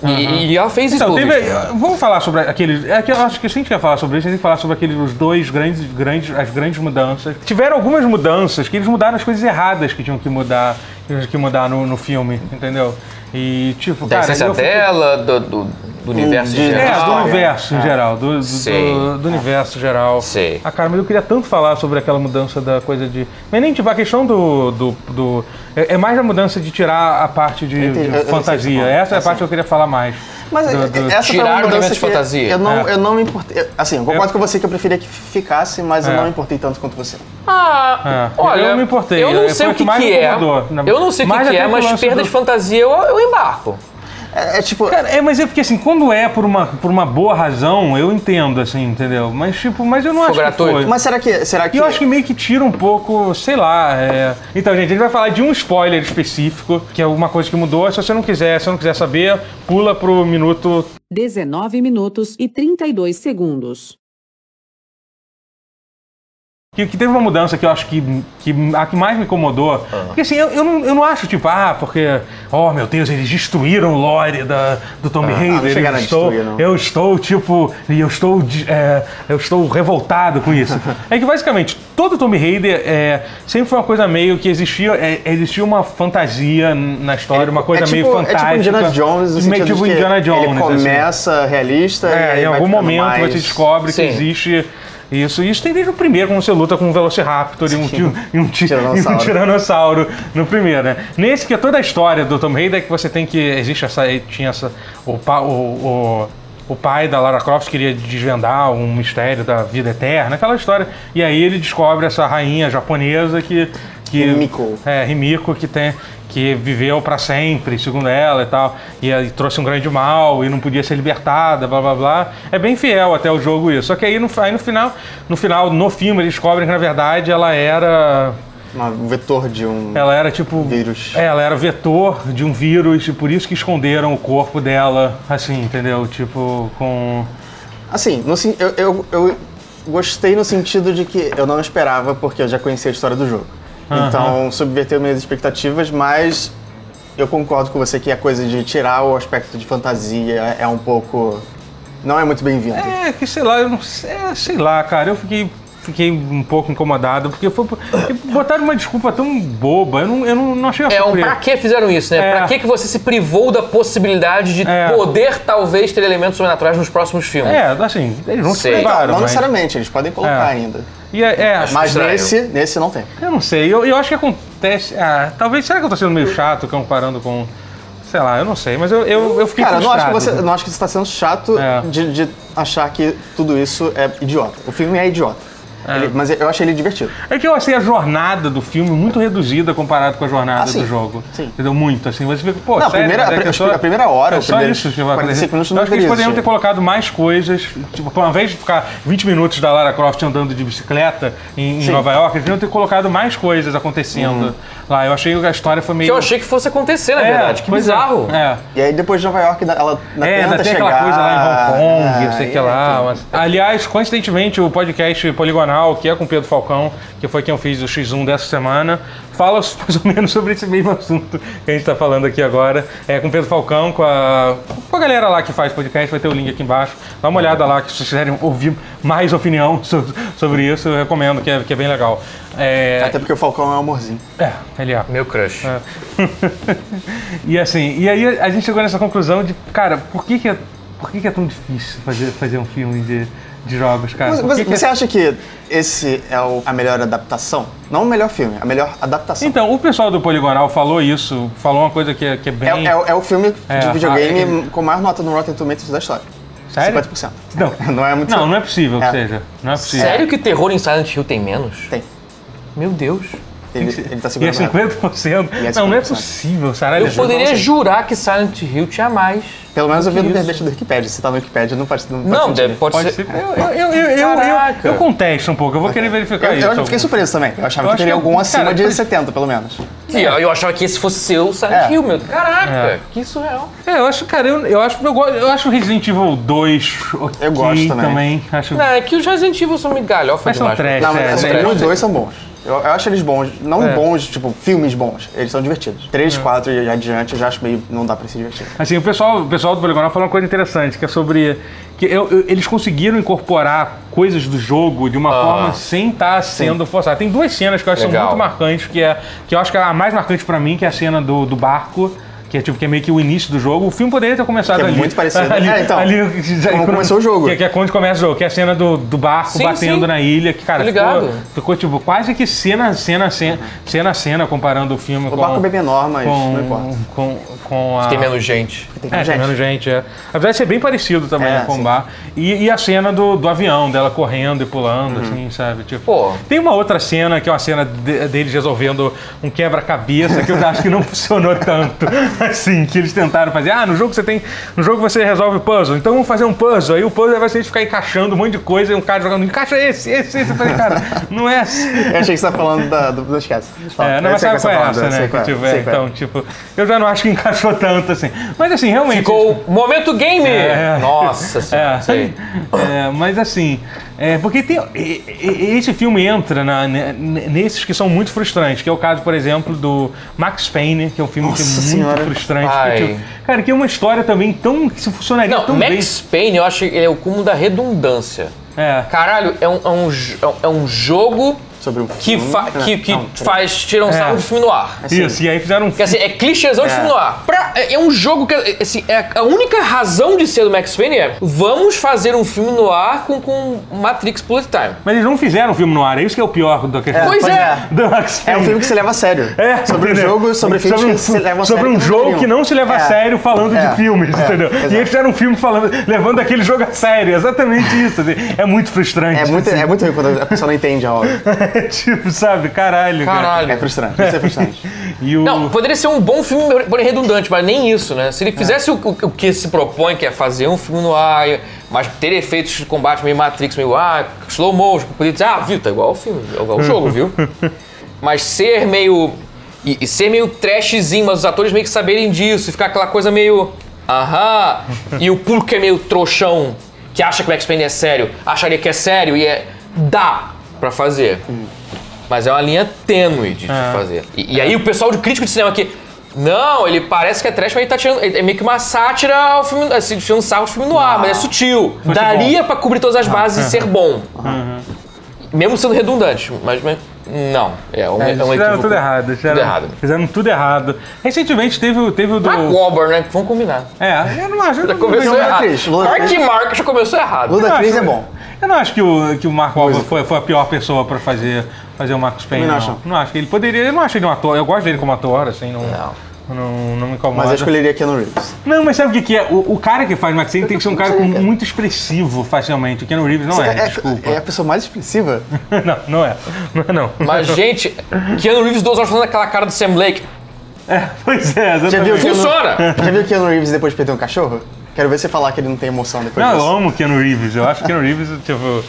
Speaker 2: E- E, ela fez isso.
Speaker 1: É. Então,
Speaker 2: pelo
Speaker 1: teve,
Speaker 2: visto.
Speaker 1: vamos falar sobre aqueles. É que eu acho que se a gente quer falar sobre isso, a gente tem que falar sobre aqueles os dois grandes, grandes, as grandes mudanças. Tiveram algumas mudanças que eles mudaram as coisas erradas que tinham que mudar, que tinham que mudar no, no filme, entendeu? E tipo,
Speaker 2: Da
Speaker 1: cara,
Speaker 2: essência
Speaker 1: eu fico-
Speaker 2: dela, do, do- do universo
Speaker 3: de-
Speaker 2: em
Speaker 1: é, do
Speaker 2: geral. né? Ah,
Speaker 3: história.
Speaker 1: universo em geral, do, do-
Speaker 2: Sei.
Speaker 1: do- do universo geral.
Speaker 2: Sei.
Speaker 1: Ah, cara, mas eu queria tanto falar sobre aquela mudança da coisa de. Mas nem tipo, a questão do. do, do- é, é mais a mudança de tirar a parte de,
Speaker 3: entendi,
Speaker 1: de
Speaker 3: eu- eu sei o que
Speaker 1: fantasia.
Speaker 3: você falou.
Speaker 1: Essa é a
Speaker 3: Assim.
Speaker 1: parte que eu queria falar mais.
Speaker 3: Mas é,
Speaker 1: Do- do-
Speaker 3: essa foi
Speaker 2: Tiraram
Speaker 3: uma
Speaker 2: o elemento
Speaker 3: mudança
Speaker 2: de
Speaker 3: que
Speaker 2: fantasia.
Speaker 3: Eu não,
Speaker 1: É.
Speaker 3: eu não me importei. eu- Assim, eu concordo
Speaker 1: É.
Speaker 3: com você que eu preferia que ficasse, mas
Speaker 1: É.
Speaker 3: eu não me importei tanto quanto você.
Speaker 2: Ah,
Speaker 1: É,
Speaker 2: olha,
Speaker 1: eu não me importei,
Speaker 2: Eu não
Speaker 1: é,
Speaker 2: sei
Speaker 1: foi
Speaker 2: o
Speaker 1: o
Speaker 2: que,
Speaker 1: que mais
Speaker 2: que
Speaker 1: me
Speaker 2: é.
Speaker 1: incomodou, na-
Speaker 2: Eu não sei o que,
Speaker 1: Mas
Speaker 2: que
Speaker 1: até
Speaker 2: é,
Speaker 1: o
Speaker 2: mas
Speaker 1: lance
Speaker 2: perda
Speaker 1: do-
Speaker 2: de fantasia eu, eu embarco.
Speaker 3: É, é tipo.
Speaker 1: Cara, é, mas é porque assim, quando é por uma, por uma boa razão, eu entendo, assim, entendeu? Mas tipo, mas eu não
Speaker 2: Foi
Speaker 1: acho
Speaker 2: gratuito.
Speaker 1: que foi.
Speaker 3: mas será que. Será
Speaker 1: E
Speaker 3: que
Speaker 1: eu acho que meio que tira um pouco, sei lá. é. Então, gente, a gente vai falar de um spoiler específico, que é alguma coisa que mudou. Se você não quiser, se você não quiser saber, pula pro minuto
Speaker 4: 19 minutos e 32 segundos.
Speaker 1: Que, que teve uma mudança que eu acho que, que a que mais me incomodou.
Speaker 3: Ah.
Speaker 1: Porque assim, eu, eu, não, eu não acho, tipo, ah, porque, oh meu Deus, eles destruíram o lore da, do Tommy
Speaker 3: Ah, não
Speaker 1: Hayes.
Speaker 3: chegaram
Speaker 1: eu,
Speaker 3: a
Speaker 1: estou,
Speaker 3: destruir, não.
Speaker 1: eu estou, tipo, e eu estou, de- é, eu estou revoltado com
Speaker 3: [LAUGHS]
Speaker 1: isso. é que basicamente, todo Tommy Hayes é, sempre foi uma coisa meio que existia, é, existia uma fantasia na história, uma coisa
Speaker 3: é tipo,
Speaker 1: meio fantástica.
Speaker 3: É tipo Indiana Jones, no
Speaker 1: meio
Speaker 3: sentido
Speaker 1: tipo
Speaker 3: de que
Speaker 1: Indiana Jones.
Speaker 3: Ele
Speaker 1: assim.
Speaker 3: começa realista e
Speaker 1: É,
Speaker 3: aí
Speaker 1: em
Speaker 3: vai
Speaker 1: algum
Speaker 3: ficando
Speaker 1: momento
Speaker 3: mais...
Speaker 1: você descobre
Speaker 2: Sim.
Speaker 1: que existe isso. E Isso tem desde o primeiro, quando você luta com um Velociraptor e um, ti- e um, ti- e um
Speaker 3: Tiranossauro.
Speaker 1: Tiranossauro no primeiro, né? Nesse que é toda a história do Tom Raider é que você tem que. Existe essa. Tinha essa. O, pa- o, o, o pai da Lara Croft queria desvendar um mistério da vida eterna, aquela história. E aí ele descobre essa rainha japonesa que. que
Speaker 3: Himiko.
Speaker 1: é, Rimiko, que tem que viveu pra sempre, segundo ela e tal, e, aí trouxe um grande mal e não podia ser libertada, blá blá blá. É bem fiel até o jogo isso. Só que aí no, aí no final, no final, no filme eles descobrem que na verdade ela era
Speaker 3: Um vetor de um.
Speaker 1: ela era tipo.
Speaker 3: Vírus.
Speaker 1: É, Ela era vetor de um vírus e por isso que esconderam o corpo dela, assim, entendeu? Tipo, com.
Speaker 3: Assim, no sen- eu, eu, eu gostei no sentido de que eu não esperava, porque eu já conhecia a história do jogo. Então, subverteu minhas expectativas, mas eu concordo com você que a coisa de tirar o aspecto de fantasia é um pouco. Não é muito bem-vindo.
Speaker 1: É, que sei lá, eu não sei, é, sei lá, cara, eu fiquei, fiquei um pouco incomodado, porque foi, porque botaram uma desculpa tão boba, eu não, eu não, não achei uma
Speaker 2: É um
Speaker 1: surpresa.
Speaker 2: pra que fizeram isso, né?
Speaker 1: É.
Speaker 2: Pra que, que você se privou da possibilidade de
Speaker 1: É.
Speaker 2: poder talvez ter elementos sobrenaturais nos próximos filmes?
Speaker 1: É, assim, eles não se
Speaker 2: Sei.
Speaker 1: levaram.
Speaker 3: não
Speaker 1: mas...
Speaker 3: necessariamente, eles podem colocar
Speaker 1: É.
Speaker 3: ainda.
Speaker 1: E é, é,
Speaker 3: Mas
Speaker 2: Estranho.
Speaker 3: nesse, nesse não tem.
Speaker 1: eu não sei, eu, eu acho que acontece. Ah, talvez. Será que eu tô sendo meio chato comparando com. Sei lá, eu não sei, mas eu, eu, eu fiquei
Speaker 3: Cara, eu não acho que
Speaker 1: frustrado.
Speaker 3: você, eu não acho que você está sendo chato
Speaker 1: É.
Speaker 3: de, de achar que tudo isso é idiota. O filme é idiota. Ele- mas eu achei ele divertido.
Speaker 1: É que eu achei a jornada do filme muito reduzida comparado com a jornada
Speaker 3: Ah, sim.
Speaker 1: do jogo.
Speaker 3: Sim.
Speaker 1: Entendeu? Muito, assim. Você fica, pô,
Speaker 3: Não, a
Speaker 1: sério,
Speaker 3: primeira-
Speaker 1: mas é
Speaker 3: a
Speaker 1: que
Speaker 3: pri-
Speaker 1: é só-
Speaker 3: a primeira hora,
Speaker 1: É
Speaker 3: os
Speaker 1: só
Speaker 3: primeiros
Speaker 1: isso. Tipo,
Speaker 3: 45 minutos
Speaker 1: eu
Speaker 3: não
Speaker 1: acho que eles
Speaker 3: deveria
Speaker 1: poderiam ter
Speaker 3: existir.
Speaker 1: colocado mais coisas. Tipo, ao invés de ficar 20 minutos da Lara Croft andando de bicicleta em, em
Speaker 3: Sim. Uhum.
Speaker 1: Nova York, eles deveriam ter colocado mais coisas acontecendo lá. Eu achei que a história foi meio...
Speaker 2: Que eu achei que fosse acontecer, na
Speaker 1: É,
Speaker 2: verdade. Que
Speaker 1: pois é.
Speaker 2: bizarro.
Speaker 1: É.
Speaker 3: E aí depois de Nova York, ela ainda
Speaker 1: É, ainda
Speaker 3: tenta
Speaker 1: tem
Speaker 3: chegar...
Speaker 1: aquela coisa lá em Hong Kong,
Speaker 3: Ah,
Speaker 1: não sei o que
Speaker 3: é,
Speaker 1: lá. mas- Aliás, coincidentemente, o podcast Poligonal, que é com o Pedro Falcão, que foi quem eu fiz o X1 dessa semana, fala [LAUGHS] mais ou menos sobre esse mesmo assunto que a gente tá falando aqui agora. É com o Pedro Falcão, com a, com a galera lá que faz podcast, vai ter o link aqui embaixo. Dá uma olhada lá, que se vocês quiserem ouvir mais opinião [LAUGHS] so- sobre isso, eu recomendo, que é, que é bem legal. É,
Speaker 3: Até porque o Falcão é um amorzinho.
Speaker 1: é, ele é.
Speaker 2: Meu crush.
Speaker 1: [LAUGHS] e assim, e aí a gente chegou nessa conclusão de, cara, por que que é, por que que é tão difícil fazer, fazer um filme de, de jogos, cara?
Speaker 3: Mas,
Speaker 1: Por
Speaker 3: mas
Speaker 1: que que é-
Speaker 3: você acha que esse é o- a melhor adaptação? Não o melhor filme, a melhor adaptação.
Speaker 1: Então, o pessoal do Poligonal falou isso, falou uma coisa que, é- que é bem...
Speaker 3: É, é o- é o filme
Speaker 1: É,
Speaker 3: de videogame
Speaker 1: ah, ele-
Speaker 3: com a maior nota no Rotten Tomatoes da história.
Speaker 1: Sério?
Speaker 3: 50%.
Speaker 1: Não.
Speaker 3: [LAUGHS] Não é muito
Speaker 1: Não, não é possível que
Speaker 3: É.
Speaker 1: seja. Não é possível.
Speaker 2: Sério que terror em Silent Hill tem menos?
Speaker 3: Tem.
Speaker 2: Meu Deus.
Speaker 3: Ele, ele tá
Speaker 1: E é
Speaker 3: segurando. nada.
Speaker 1: 50%?
Speaker 3: E é
Speaker 1: Não, não é
Speaker 3: 50%.
Speaker 1: possível, Sarah.
Speaker 2: Eu poderia jurar que Silent Hill tinha mais.
Speaker 3: Pelo menos eu vi no
Speaker 2: isso?
Speaker 3: verbete do Wikipedia. Se tá no Wikipedia, não pode Não,
Speaker 2: Não,
Speaker 3: pode
Speaker 2: deve,
Speaker 3: sentir.
Speaker 2: pode,
Speaker 1: Pode ser.
Speaker 2: ser.
Speaker 1: Eu, eu, eu, eu, eu-
Speaker 2: Caraca.
Speaker 1: eu contesto um pouco, eu vou querer verificar
Speaker 3: Eu,
Speaker 1: isso.
Speaker 3: eu fiquei surpreso também. Eu achava
Speaker 1: tá Eu acho
Speaker 3: que teria
Speaker 1: que- é
Speaker 3: algum acima
Speaker 1: cara,
Speaker 3: de
Speaker 1: foi-
Speaker 3: 70, pelo menos.
Speaker 2: E eu, eu achava que esse fosse seu Silent
Speaker 3: É.
Speaker 2: Hill, meu. Caraca,
Speaker 1: É.
Speaker 2: que surreal.
Speaker 1: É, eu acho, cara, eu, eu acho eu, go- eu acho Resident Evil 2 ok
Speaker 3: Eu gosto também.
Speaker 1: Acho
Speaker 2: Não, é que os Resident Evil são meio galhofa
Speaker 1: Mas são
Speaker 2: demais.
Speaker 1: trash,
Speaker 3: Não,
Speaker 1: é,
Speaker 3: mas
Speaker 1: né?
Speaker 2: é,
Speaker 3: os
Speaker 2: é.
Speaker 3: dois são bons. Eu, eu acho eles bons. Não bons, tipo, filmes bons. Eles são divertidos. Três,
Speaker 1: Hum.
Speaker 3: quatro e adiante, eu já acho meio... Não dá pra se divertir.
Speaker 1: Assim, o pessoal, o pessoal do Poligonal falou uma coisa interessante, que é sobre. que eu- eu- eles conseguiram incorporar coisas do jogo de uma
Speaker 3: Ah.
Speaker 1: forma sem estar sendo forçada. Tem duas cenas que eu acho que são
Speaker 2: Legal.
Speaker 1: muito marcantes, que é. que eu acho que é a mais marcante pra mim, que é a cena do, do barco. Que é, tipo, que é meio que o início do jogo. O filme poderia ter começado
Speaker 3: Que é
Speaker 1: ali.
Speaker 3: muito
Speaker 1: [LAUGHS]
Speaker 3: parecido.
Speaker 1: Ali,
Speaker 3: É, então,
Speaker 1: ali-
Speaker 3: como começou o jogo.
Speaker 1: Que, que é quando começa o jogo. Que é a cena do, do barco
Speaker 2: Sim,
Speaker 1: batendo
Speaker 2: sim.
Speaker 1: na ilha. Que, cara,
Speaker 2: Tô ligado.
Speaker 1: Ficou, ficou, tipo, quase que cena, cena, cena, cena, cena, comparando o filme
Speaker 3: O
Speaker 1: com...
Speaker 3: barco é bem menor, mas não
Speaker 1: com,
Speaker 3: importa.
Speaker 1: com, com a...
Speaker 2: Tem menos gente.
Speaker 3: Tem
Speaker 1: É, tem
Speaker 3: gente.
Speaker 1: menos gente, é. Apesar de ser bem parecido também
Speaker 3: É,
Speaker 1: né, com o
Speaker 3: sim.
Speaker 1: bar. E, e a cena do, do avião, dela correndo e
Speaker 3: Uhum.
Speaker 1: pulando, assim, sabe? Tipo,
Speaker 2: Pô.
Speaker 1: Tem uma outra cena, que é uma cena de- deles resolvendo um quebra-cabeça, que eu acho que não [LAUGHS] funcionou tanto, [LAUGHS] assim, que eles tentaram fazer. Ah, no jogo você tem... No jogo você resolve puzzle, então vamos fazer um puzzle. Aí o puzzle vai ser de ficar encaixando um monte de coisa, e um cara jogando, encaixa esse, esse, esse. Eu falei, cara, não é assim.
Speaker 3: [LAUGHS] [LAUGHS] Eu achei que você tá falando da, do... Não esquece.
Speaker 1: É, não,
Speaker 3: Eu
Speaker 1: mas
Speaker 3: sei
Speaker 1: sabe
Speaker 3: que você
Speaker 1: qual é
Speaker 3: tá falando,
Speaker 1: essa,
Speaker 3: eu
Speaker 1: né?
Speaker 3: sei
Speaker 1: Que,
Speaker 3: qual é,
Speaker 1: tipo,
Speaker 3: sei
Speaker 1: é,
Speaker 3: qual é.
Speaker 1: então, tipo, eu já não acho que encaixou tanto, assim. Mas assim, realmente.
Speaker 2: Ficou o momento game!
Speaker 1: É.
Speaker 2: Nossa senhora.
Speaker 1: É,
Speaker 2: Sei.
Speaker 1: [LAUGHS] é, mas assim, é, porque tem, e- e- esse filme entra na- ne- nesses que são muito frustrantes, que é o caso, por exemplo, do Max Payne, que é um filme que é
Speaker 3: Nossa
Speaker 1: muito
Speaker 3: Senhora.
Speaker 1: frustrante.
Speaker 2: Ai.
Speaker 1: que, tipo, cara, que é uma história também tão. que se funcionaria
Speaker 2: Não,
Speaker 1: tão bem.
Speaker 2: Max Payne eu acho que ele é o cúmulo da redundância.
Speaker 1: É.
Speaker 2: Caralho, é um, é um, jo- é um- é um jogo
Speaker 3: Sobre o
Speaker 2: que,
Speaker 3: filme,
Speaker 2: fa-
Speaker 3: né?
Speaker 2: que, que
Speaker 3: Não, peraí.
Speaker 2: faz
Speaker 1: É.
Speaker 2: tirar um sarro de filme no ar.
Speaker 1: Isso, e aí fizeram um
Speaker 2: Porque assim, é clichêzão de
Speaker 3: É.
Speaker 2: filme no ar. Pra- é, é um jogo que, é, assim, é a única razão de ser do Max Payne é vamos fazer um filme no ar com, com Matrix Bullet Time.
Speaker 1: Mas eles não fizeram o filme no ar, é isso que é o pior da questão.
Speaker 2: Pois
Speaker 3: pois
Speaker 2: é.
Speaker 3: é.
Speaker 1: Do Max
Speaker 3: É um
Speaker 1: Payne.
Speaker 3: filme que se leva a sério.
Speaker 1: É, entendeu?
Speaker 3: sobre um jogo, sobre filmes
Speaker 1: Sobre um
Speaker 3: que se
Speaker 1: fi-
Speaker 3: levam a sério.
Speaker 1: Sobre um jogo que não se leva a
Speaker 3: É.
Speaker 1: sério falando
Speaker 3: É.
Speaker 1: de filmes,
Speaker 3: É.
Speaker 1: entendeu?
Speaker 3: Exato.
Speaker 1: E eles fizeram um filme falando, levando aquele jogo a sério. Exatamente isso. assim. É muito frustrante.
Speaker 3: É
Speaker 1: [LAUGHS]
Speaker 3: muito,
Speaker 1: assim.
Speaker 3: é muito ruim quando a pessoa não entende a obra.
Speaker 1: tipo, sabe? Caralho, cara.
Speaker 2: Caralho.
Speaker 3: É frustrante, isso
Speaker 1: [LAUGHS]
Speaker 3: é frustrante.
Speaker 1: E o...
Speaker 2: Não, poderia ser um bom filme, porém redundante, mas nem isso, né? Se ele fizesse o, o- o que se propõe, que é fazer um filme no ar, e- mas ter efeitos de combate meio Matrix, meio ah, slow motion, poderia dizer, ah, viu, tá igual o filme, igual o jogo, viu? mas ser meio. E, e ser meio trashzinho, mas os atores meio que saberem disso, e ficar aquela coisa meio. Aham. E o público é meio trouxão, que acha que o Max Payne é sério, acharia que é sério e é. dá pra fazer. Mas é uma linha tênue de, de
Speaker 1: Ah.
Speaker 2: fazer. E, e aí o pessoal de crítico de cinema aqui. Não, ele parece que é trash, mas ele tá tirando. É meio que uma sátira ao filme. Assim, tirando sarro do filme no ar,
Speaker 1: Ah.
Speaker 2: mas é sutil. Daria pra cobrir todas as bases e ser bom.
Speaker 1: Uhum.
Speaker 2: Mesmo sendo redundante, mas. mas- não, é um, é,
Speaker 1: Eles
Speaker 2: um
Speaker 1: fizeram
Speaker 2: equívoco.
Speaker 1: tudo errado. eles Fizeram,
Speaker 2: Tudo errado.
Speaker 1: Fizeram tudo errado. Recentemente teve, o- teve o do.
Speaker 2: Mark Wahlberg, né? Vamos combinar.
Speaker 1: É, eu não acho.
Speaker 2: Já começou
Speaker 3: Não,
Speaker 2: errado.
Speaker 3: Chris, Lula-
Speaker 2: Mark Mark já começou errado.
Speaker 1: eu não
Speaker 3: Ludacris
Speaker 1: acho-
Speaker 3: é bom.
Speaker 1: Eu não acho que o, que o Mark Wahlberg foi, foi a pior pessoa pra fazer, fazer o Marcos Payne,
Speaker 3: Também
Speaker 1: não.
Speaker 3: não
Speaker 1: Não acho. que ele poderia... Eu não acho ele um ator. Eu gosto dele como ator, assim. Não,
Speaker 2: Não.
Speaker 1: Não, não me incomoda.
Speaker 3: Mas eu escolheria Keanu Reeves.
Speaker 1: Não, mas sabe o que, que é? O, o cara que faz Maxine tem que ser um cara com- muito expressivo facialmente. O Keanu Reeves não é, desculpa.
Speaker 3: é a pessoa mais expressiva?
Speaker 1: [LAUGHS] Não, não é. Não é
Speaker 3: [LAUGHS]
Speaker 1: não.
Speaker 2: Mas, gente, Keanu Reeves, duas horas fazendo aquela cara do Sam Lake.
Speaker 1: É, pois é,
Speaker 3: Já viu, o
Speaker 1: exatamente.
Speaker 3: Keanu-
Speaker 2: Funciona!
Speaker 3: Já viu o Keanu Reeves depois de perder um cachorro? Quero ver você falar que ele não tem emoção depois
Speaker 1: Não, eu
Speaker 3: disso.
Speaker 1: amo o Keanu Reeves. Eu acho que o Keanu Reeves, tipo,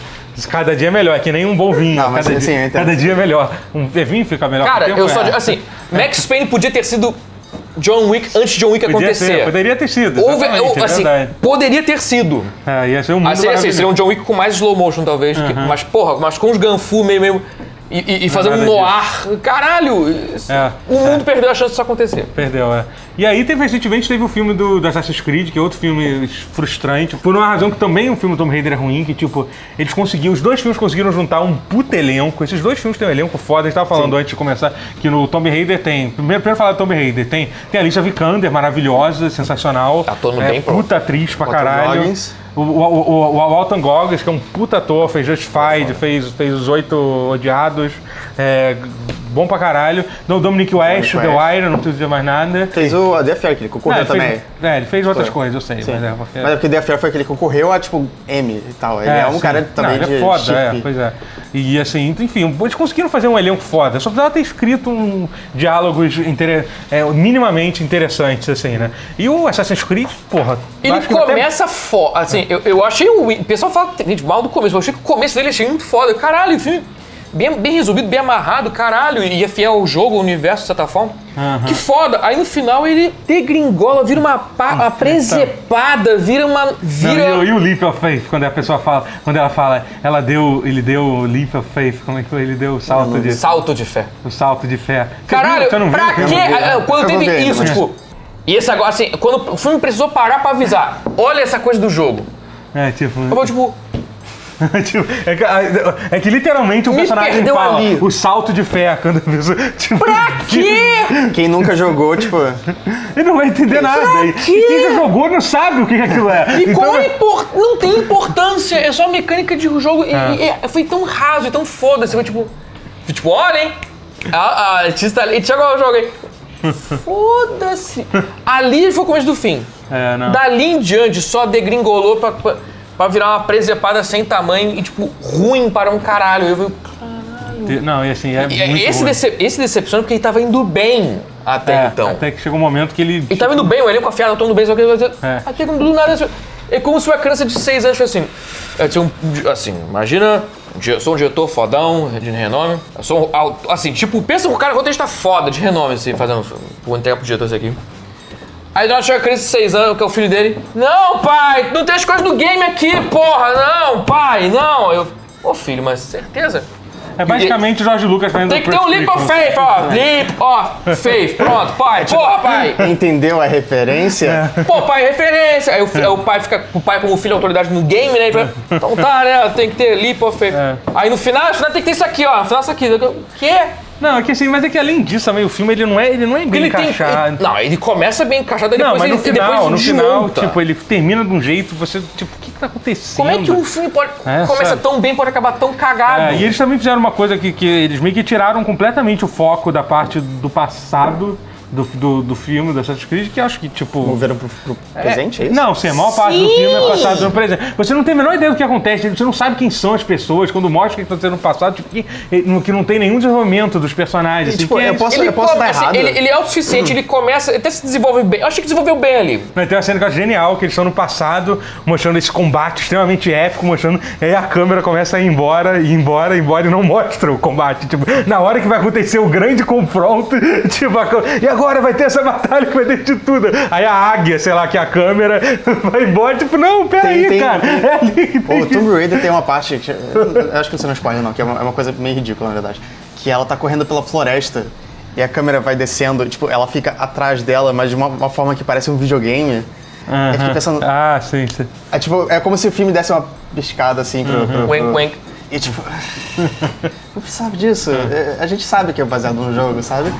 Speaker 1: cada dia é melhor. É que nem um bom vinho.
Speaker 3: Não, mas
Speaker 1: cada,
Speaker 3: assim, eu
Speaker 1: dia,
Speaker 3: entendo.
Speaker 1: cada dia é melhor. Um vinho fica melhor. com o
Speaker 2: Cara,
Speaker 1: tempo,
Speaker 2: eu só.
Speaker 1: é.
Speaker 2: digo Assim, Max Payne podia ter sido John Wick antes de John Wick
Speaker 1: Podia
Speaker 2: acontecer.
Speaker 1: ser, poderia ter sido.
Speaker 2: Houve,
Speaker 1: exatamente,
Speaker 2: ou,
Speaker 1: é
Speaker 2: assim,
Speaker 1: verdade.
Speaker 2: poderia ter sido.
Speaker 1: É, ia ser um mundo
Speaker 2: Ah, seria, assim,
Speaker 1: maravilhoso.
Speaker 2: seria um John Wick com mais slow motion, talvez. que- mas, porra, mas com os ganfu meio. meio e, e- e fazer um
Speaker 1: nada
Speaker 2: noir. Caralho! isso-
Speaker 1: É,
Speaker 2: o mundo perdeu a chance disso acontecer.
Speaker 1: Perdeu, é. E aí teve recentemente teve o filme do, do Assassin's Creed, que é outro filme frustrante. Por uma razão que também o filme do Tomb Raider é ruim, que tipo, eles conseguiram, os dois filmes conseguiram juntar um puto elenco. Esses dois filmes têm um elenco foda, a gente tava falando antes de começar que no Tomb Raider tem. Primeiro, primeiro falar do Tomb Raider, tem, tem a Alicia Vikander, maravilhosa, sensacional.
Speaker 2: Tá todo mundo
Speaker 1: é,
Speaker 2: bem, pô.
Speaker 1: Puta atriz pra
Speaker 3: Walton
Speaker 1: caralho.
Speaker 3: Goggins.
Speaker 1: O, o, o, o Walton Goggins, que é um puta ator, fez
Speaker 2: Tá
Speaker 1: Justified, fez, fez Os Oito Odiados, é, bom pra caralho. No Dominic West, The
Speaker 3: West.
Speaker 1: Wire, não preciso dizer mais nada.
Speaker 3: Fez o a The Affair, que ele concorreu
Speaker 1: ele
Speaker 3: também.
Speaker 1: fez, é, ele fez outras
Speaker 3: Foi.
Speaker 1: coisas, eu sei,
Speaker 3: Sim.
Speaker 1: mas é porque...
Speaker 3: Mas é porque The Affair foi aquele que concorreu a, tipo, M e tal. Ele é, um
Speaker 1: sim.
Speaker 3: cara
Speaker 1: Não,
Speaker 3: também
Speaker 1: ele
Speaker 3: de
Speaker 1: é foda, é,
Speaker 3: chip.
Speaker 1: pois é. E assim, enfim, eles conseguiram fazer um elenco foda. Só precisava ter escrito um diálogos intere- é, minimamente interessantes, assim, né? E o Assassin's Creed, porra... eu
Speaker 2: Ele
Speaker 1: acho que É. até-
Speaker 2: começa foda. Assim, eu, eu achei o. O pessoal fala gente, mal do começo, mas eu achei que o começo dele achei muito foda. Caralho, o filme bem, bem resolvido, bem amarrado, caralho. E é fiel ao jogo, ao universo, de certa forma. Que foda. Aí no final ele degringola, vira uma, pa, uma presepada, vira uma.
Speaker 1: Ah, então. Não,
Speaker 2: Vira.
Speaker 1: e, o- e o Leap of Faith, quando a pessoa fala, quando ela fala, ela deu, ele deu o Leap of Faith, como é que foi? Ele deu o salto de,
Speaker 2: Salto de fé.
Speaker 1: o salto de fé. Você
Speaker 2: Caralho,
Speaker 1: viu? Você não viu?
Speaker 2: pra quê? Ah, ah, Quando
Speaker 3: Eu não
Speaker 2: teve
Speaker 3: vi ainda,
Speaker 2: isso,
Speaker 3: mas-
Speaker 2: tipo. E esse agora, assim, quando o filme precisou parar pra avisar, olha essa coisa do jogo.
Speaker 1: É, tipo,
Speaker 2: Eu vou, tipo,
Speaker 1: [LAUGHS] Tipo, é, que, é que literalmente o
Speaker 2: Me
Speaker 1: personagem
Speaker 2: perdeu
Speaker 1: fala
Speaker 2: ali.
Speaker 1: o salto de fé [LAUGHS] quando a pessoa. Tipo, pra
Speaker 3: [LAUGHS]
Speaker 2: que?
Speaker 3: Quem nunca jogou, tipo...
Speaker 1: Ele não vai entender nada. E, e quem já jogou não sabe o que que aquilo é.
Speaker 2: E qual
Speaker 1: Então,
Speaker 2: a impor- Não tem importância, é só a mecânica de jogo. E, e- e foi tão raso e tão foda-se. Foi tipo. foi Tipo, olha, hein? A, a artista ali, chegou o jogo aí. Foda-se. Ali foi o começo do fim.
Speaker 1: É, não.
Speaker 2: Dali em diante, só degringolou pra, pra, pra virar uma presepada sem tamanho e, tipo, ruim para um caralho. Eu, eu,
Speaker 1: Não, e assim, é
Speaker 2: e-
Speaker 1: muito
Speaker 2: esse,
Speaker 1: ruim.
Speaker 2: decep, esse decepciona porque ele tava indo bem até
Speaker 1: É,
Speaker 2: então.
Speaker 1: Até que chegou um momento que ele.
Speaker 2: Ele tava indo bem, o elenco afiado, todo mundo bem, só que
Speaker 1: É.
Speaker 2: aqui do nada. assim, É como se uma criança de 6 anos fosse assim. é, tinha um- assim, imagina, eu sou um diretor fodão, de renome. Eu sou um, au- assim, tipo, pensa um cara roteirista foda, de renome, assim, fazendo. Vou entregar pro diretor isso aqui. Aí do nada chega a criança de 6 anos, que é o filho dele. Não, pai, não tem as coisas do game aqui, porra, não, pai, não. Eu, ô filho, mas certeza?
Speaker 1: É basicamente o Jorge Lucas fazendo
Speaker 2: Tem que ter um leap of
Speaker 1: Prequel.
Speaker 2: faith, ó.
Speaker 1: É.
Speaker 2: Leap of faith, pronto, pai, porra, pai.
Speaker 3: Entendeu a referência?
Speaker 1: É.
Speaker 2: Pô, pai, é referência. Aí o, fi- aí o pai fica, o pai como filho é autoridade no game, né? Ele fala, então tá, né? Tem que ter leap of faith.
Speaker 1: É.
Speaker 2: Aí no final, no final tem que ter isso aqui, ó. No final isso aqui. O quê?
Speaker 1: Não, é que assim, mas é que além disso também, o filme ele não é, ele não é bem
Speaker 2: Ele tem,
Speaker 1: encaixado.
Speaker 2: ele- não, ele começa bem encaixado, aí
Speaker 1: Não,
Speaker 2: depois
Speaker 1: mas
Speaker 2: ele
Speaker 1: no final,
Speaker 2: depois
Speaker 1: no final,
Speaker 2: desmonta.
Speaker 1: tipo, ele termina de um jeito, você, tipo, o que que tá acontecendo?
Speaker 2: Como é que um filme pode,
Speaker 1: É,
Speaker 2: começa
Speaker 1: sabe?
Speaker 2: tão bem pode acabar tão cagado?
Speaker 1: É, e eles também fizeram uma coisa que, que eles meio que tiraram completamente o foco da parte do passado do, do, do filme, do Assassin's Creed, que acho que, tipo.
Speaker 3: Moveram pro, pro presente, é isso?
Speaker 1: Não, sim, a maior parte do
Speaker 2: Sim!
Speaker 1: filme é passado no presente. Você não tem a menor ideia do que acontece, você não sabe quem são as pessoas, quando mostra o que está sendo no passado, tipo, que, que não tem nenhum desenvolvimento dos personagens.
Speaker 3: tipo,
Speaker 1: que
Speaker 3: eu
Speaker 1: é-
Speaker 3: posso-
Speaker 2: Ele,
Speaker 3: eu posso
Speaker 2: come-
Speaker 3: dar
Speaker 2: assim,
Speaker 3: errado.
Speaker 2: ele, ele é autossuficiente, ele começa, ele até se desenvolve bem. Eu achei que desenvolveu bem ali.
Speaker 1: Mas tem uma cena que eu acho genial, que eles estão no passado, mostrando esse combate extremamente épico, mostrando. E aí a câmera começa a ir embora, e ir embora, e ir embora, e não mostra o combate. Tipo, na hora que vai acontecer o grande confronto, [LAUGHS] tipo, a câ- e agora vai ter essa batalha que vai ter de tudo. Aí a águia, sei lá, que é a câmera, [LAUGHS] vai embora, tipo, não, peraí,
Speaker 3: Tem- um tem-
Speaker 1: cara. [LAUGHS] É ali que tem
Speaker 3: O
Speaker 1: que-
Speaker 3: Tomb Raider tem uma parte. Que, eu acho que você não spoiler, não, que é uma, é uma coisa meio ridícula, na verdade. Que ela tá correndo pela floresta e a câmera vai descendo, tipo, ela fica atrás dela, mas de uma, uma forma que parece um videogame. É Eu fiquei pensando.
Speaker 1: Ah, sim, sim.
Speaker 3: É, tipo, é como se o filme desse uma piscada assim pro. pro- pro-
Speaker 2: Uhum. Wink, wink.
Speaker 3: E tipo. [LAUGHS] não precisava disso. É, A gente sabe que é baseado no jogo, sabe?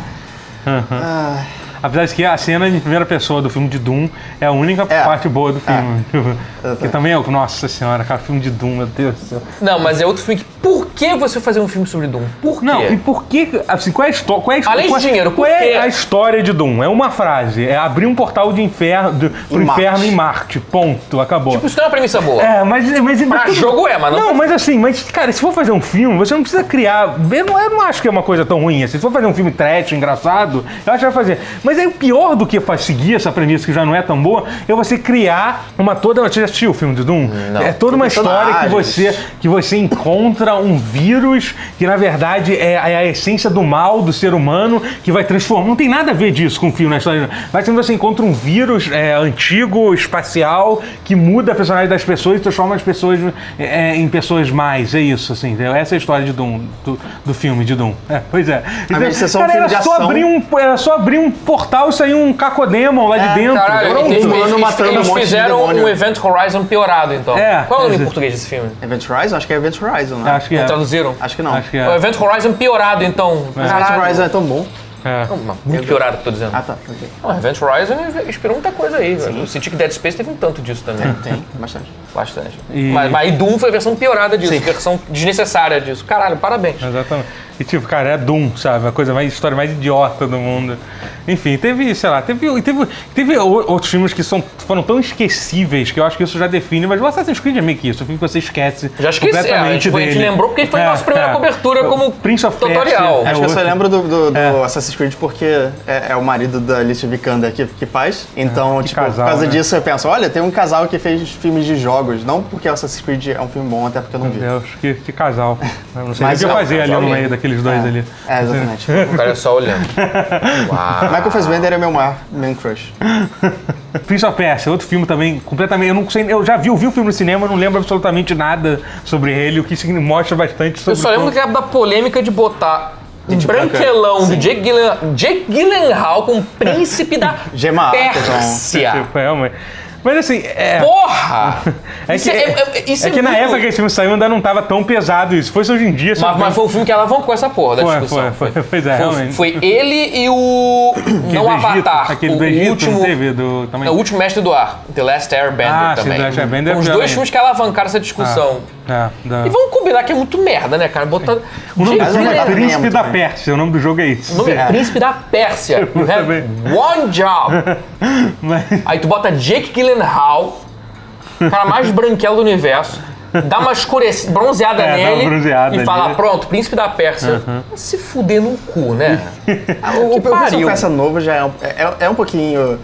Speaker 3: Ah,
Speaker 1: Apesar de que a cena em primeira pessoa do filme de Doom é a única
Speaker 3: É.
Speaker 1: parte boa do filme. [LAUGHS]
Speaker 3: Exato.
Speaker 1: que também é. o- Nossa senhora, cara, filme de Doom, meu Deus do céu.
Speaker 2: Não, mas é outro filme que, por que você fazer um filme sobre Doom? Por quê?
Speaker 1: Não, e por que. Assim, qual é a história. Qual é a histó-
Speaker 2: Além de
Speaker 1: qual é-
Speaker 2: dinheiro,
Speaker 1: qual
Speaker 2: por
Speaker 1: é
Speaker 2: quê?
Speaker 1: a história de Doom? É uma frase. É abrir um portal de inferno, do, pro
Speaker 3: Em Marte.
Speaker 1: inferno em Marte. Ponto. Acabou.
Speaker 2: Isso não é uma premissa boa.
Speaker 1: É, mas, mas ainda
Speaker 2: Pra
Speaker 1: tudo-
Speaker 2: jogo é, mas não-
Speaker 1: Não, mas assim, mas, cara, se for fazer um filme, você não precisa criar. Eu não, eu não acho que é uma coisa tão ruim assim. Se for fazer um filme trash, engraçado, eu acho que vai fazer. Mas aí o pior do que fa- seguir essa premissa que já não é tão boa, é você criar uma toda. Você já assistiu o filme do Doom?
Speaker 2: Não.
Speaker 1: É toda uma história que
Speaker 3: personagens.
Speaker 1: você, que você encontra um vírus que, na verdade, é a, é a essência do mal do ser humano que vai transformar. Não tem nada a ver disso com o filme na história. Mas quando você encontra um vírus é, antigo, espacial, que muda a personalidade das pessoas e transforma as pessoas é, é, em pessoas mais. É isso, assim. entendeu? Essa é a história de Doom, do, do filme de Doom. É, pois é.
Speaker 3: mas isso é só um
Speaker 1: cara,
Speaker 3: filme
Speaker 1: era,
Speaker 3: de
Speaker 1: só
Speaker 3: ação.
Speaker 1: abrir um, era só abrir um portal e sair um cacodemon lá de dentro.
Speaker 2: Caralho,
Speaker 3: Agora um
Speaker 2: eles,
Speaker 3: humano
Speaker 2: eles-
Speaker 3: matando
Speaker 2: eles
Speaker 3: um monte de
Speaker 2: fizeram
Speaker 3: demônio.
Speaker 2: um Event Horizon piorado, então.
Speaker 1: É,
Speaker 2: Qual é o nome
Speaker 1: é.
Speaker 2: em português desse filme?
Speaker 3: Event Horizon? Acho que é Event Horizon, né?
Speaker 1: Acho que é.
Speaker 2: Traduziram?
Speaker 3: Acho que não.
Speaker 1: Acho que
Speaker 2: O
Speaker 1: é.
Speaker 2: Event Horizon piorado, então.
Speaker 3: Event
Speaker 2: Caralho.
Speaker 3: Horizon é tão bom.
Speaker 1: é.
Speaker 2: Não, Muito piorado, que eu tô dizendo.
Speaker 3: Ah, tá. ok.
Speaker 2: Não, Event Horizon inspirou muita coisa aí, velho. Eu senti que Dead Space teve um tanto disso também.
Speaker 3: Tem, bastante.
Speaker 2: Bastante.
Speaker 1: E-
Speaker 2: Mas, mas Doom foi a versão piorada disso, versão desnecessária disso. Caralho,
Speaker 3: [LAUGHS]
Speaker 2: parabéns.
Speaker 1: Exatamente. E tipo, cara, é Doom, sabe? A coisa mais história mais idiota do mundo. Enfim, teve, sei lá, teve, e teve, teve o- outros filmes que são, foram tão esquecíveis que eu acho que isso já define, mas o Assassin's Creed é meio que isso, o filme que você esquece.
Speaker 2: Já esqueci, é, a
Speaker 1: completamente
Speaker 2: gente foi- a gente
Speaker 1: dele. É,
Speaker 2: lembrou porque foi a nossa primeira cobertura como
Speaker 1: Prince of
Speaker 2: tutorial.
Speaker 1: Persia,
Speaker 2: É
Speaker 3: Acho que eu só
Speaker 1: outro.
Speaker 3: lembro do, do- do Assassin's Creed porque é, é o marido da Alicia Vikander que, que faz. Então, tipo,
Speaker 1: É, casal,
Speaker 3: por causa
Speaker 1: né?
Speaker 3: disso eu penso, olha, tem um casal que fez filmes de jogos. Não porque o Assassin's Creed é um filme bom, até porque eu não vi.
Speaker 1: Meu Deus, que, que casal. Eu não sei nem o
Speaker 3: Mas
Speaker 1: que eu
Speaker 3: é um
Speaker 1: fazia ali
Speaker 2: casal
Speaker 1: no meio
Speaker 2: lindo.
Speaker 1: daqueles dois ali.
Speaker 3: É, exatamente.
Speaker 2: O cara é só
Speaker 3: [LAUGHS]
Speaker 2: olhando. Uau.
Speaker 3: Michael Fassbender é meu maior main crush.
Speaker 1: Prince of Persia, outro filme também, completamente. Eu não sei, eu já vi, eu vi o filme no cinema, eu não lembro absolutamente nada sobre ele, o que signi- mostra bastante sobre
Speaker 2: Eu só lembro
Speaker 1: como-
Speaker 2: que era da polêmica de botar um branquelão do Jake, Gyllen, Jake Gyllenhaal com o príncipe da
Speaker 1: [LAUGHS]
Speaker 3: Gemma Arterton.
Speaker 2: Pérsia.
Speaker 1: Tipo, é, mas, mas assim, é.
Speaker 2: Porra!
Speaker 1: [LAUGHS] É
Speaker 2: Isso
Speaker 1: que, é,
Speaker 2: é- isso
Speaker 1: é
Speaker 2: é
Speaker 1: que na
Speaker 2: muito-
Speaker 1: época que esse filme saiu ainda não tava tão pesado isso. Se fosse hoje em dia, isso
Speaker 2: Mas, mas foi um filme que alavancou essa porra da
Speaker 1: Foi,
Speaker 2: discussão.
Speaker 1: foi, foi. Pois é, realmente.
Speaker 2: foi ele e
Speaker 1: [COUGHS]
Speaker 2: o. não o
Speaker 1: do Egito,
Speaker 2: Avatar.
Speaker 1: Aquele
Speaker 2: o,
Speaker 1: do Egito,
Speaker 2: último.
Speaker 1: não teve? Do, também.
Speaker 2: É o último Mestre do Ar, The Last Airbender
Speaker 1: Ah, sim,
Speaker 2: também.
Speaker 1: The Last Airbender
Speaker 2: Foram
Speaker 1: é
Speaker 2: os
Speaker 1: pior
Speaker 2: dois
Speaker 1: ainda.
Speaker 2: filmes que alavancaram essa discussão.
Speaker 1: Ah, É, da-
Speaker 2: E vamos combinar que é muito merda, né, cara? Botando.
Speaker 1: O nome do
Speaker 2: Jake
Speaker 3: Mas
Speaker 1: filme
Speaker 3: não
Speaker 1: é
Speaker 3: dá pra
Speaker 1: Príncipe
Speaker 3: lembrar
Speaker 1: da
Speaker 3: também.
Speaker 1: Pérsia, o nome do jogo é isso.
Speaker 2: O nome é Príncipe da
Speaker 1: [LAUGHS]
Speaker 2: Pérsia. You have
Speaker 1: também.
Speaker 2: one job.
Speaker 1: [LAUGHS] Mas-
Speaker 2: Aí tu bota Jake Gyllenhaal, o cara mais branquelo do universo, dá uma escurecida, bronzeada
Speaker 1: É, dá uma
Speaker 2: nele
Speaker 1: bronzeada
Speaker 2: e fala,
Speaker 1: ali.
Speaker 2: pronto, príncipe da Pérsia. Se fuder no cu,
Speaker 1: [LAUGHS]
Speaker 2: né?
Speaker 3: O, o
Speaker 2: pariu.
Speaker 3: Prince peça novo já é um, é, é um pouquinho.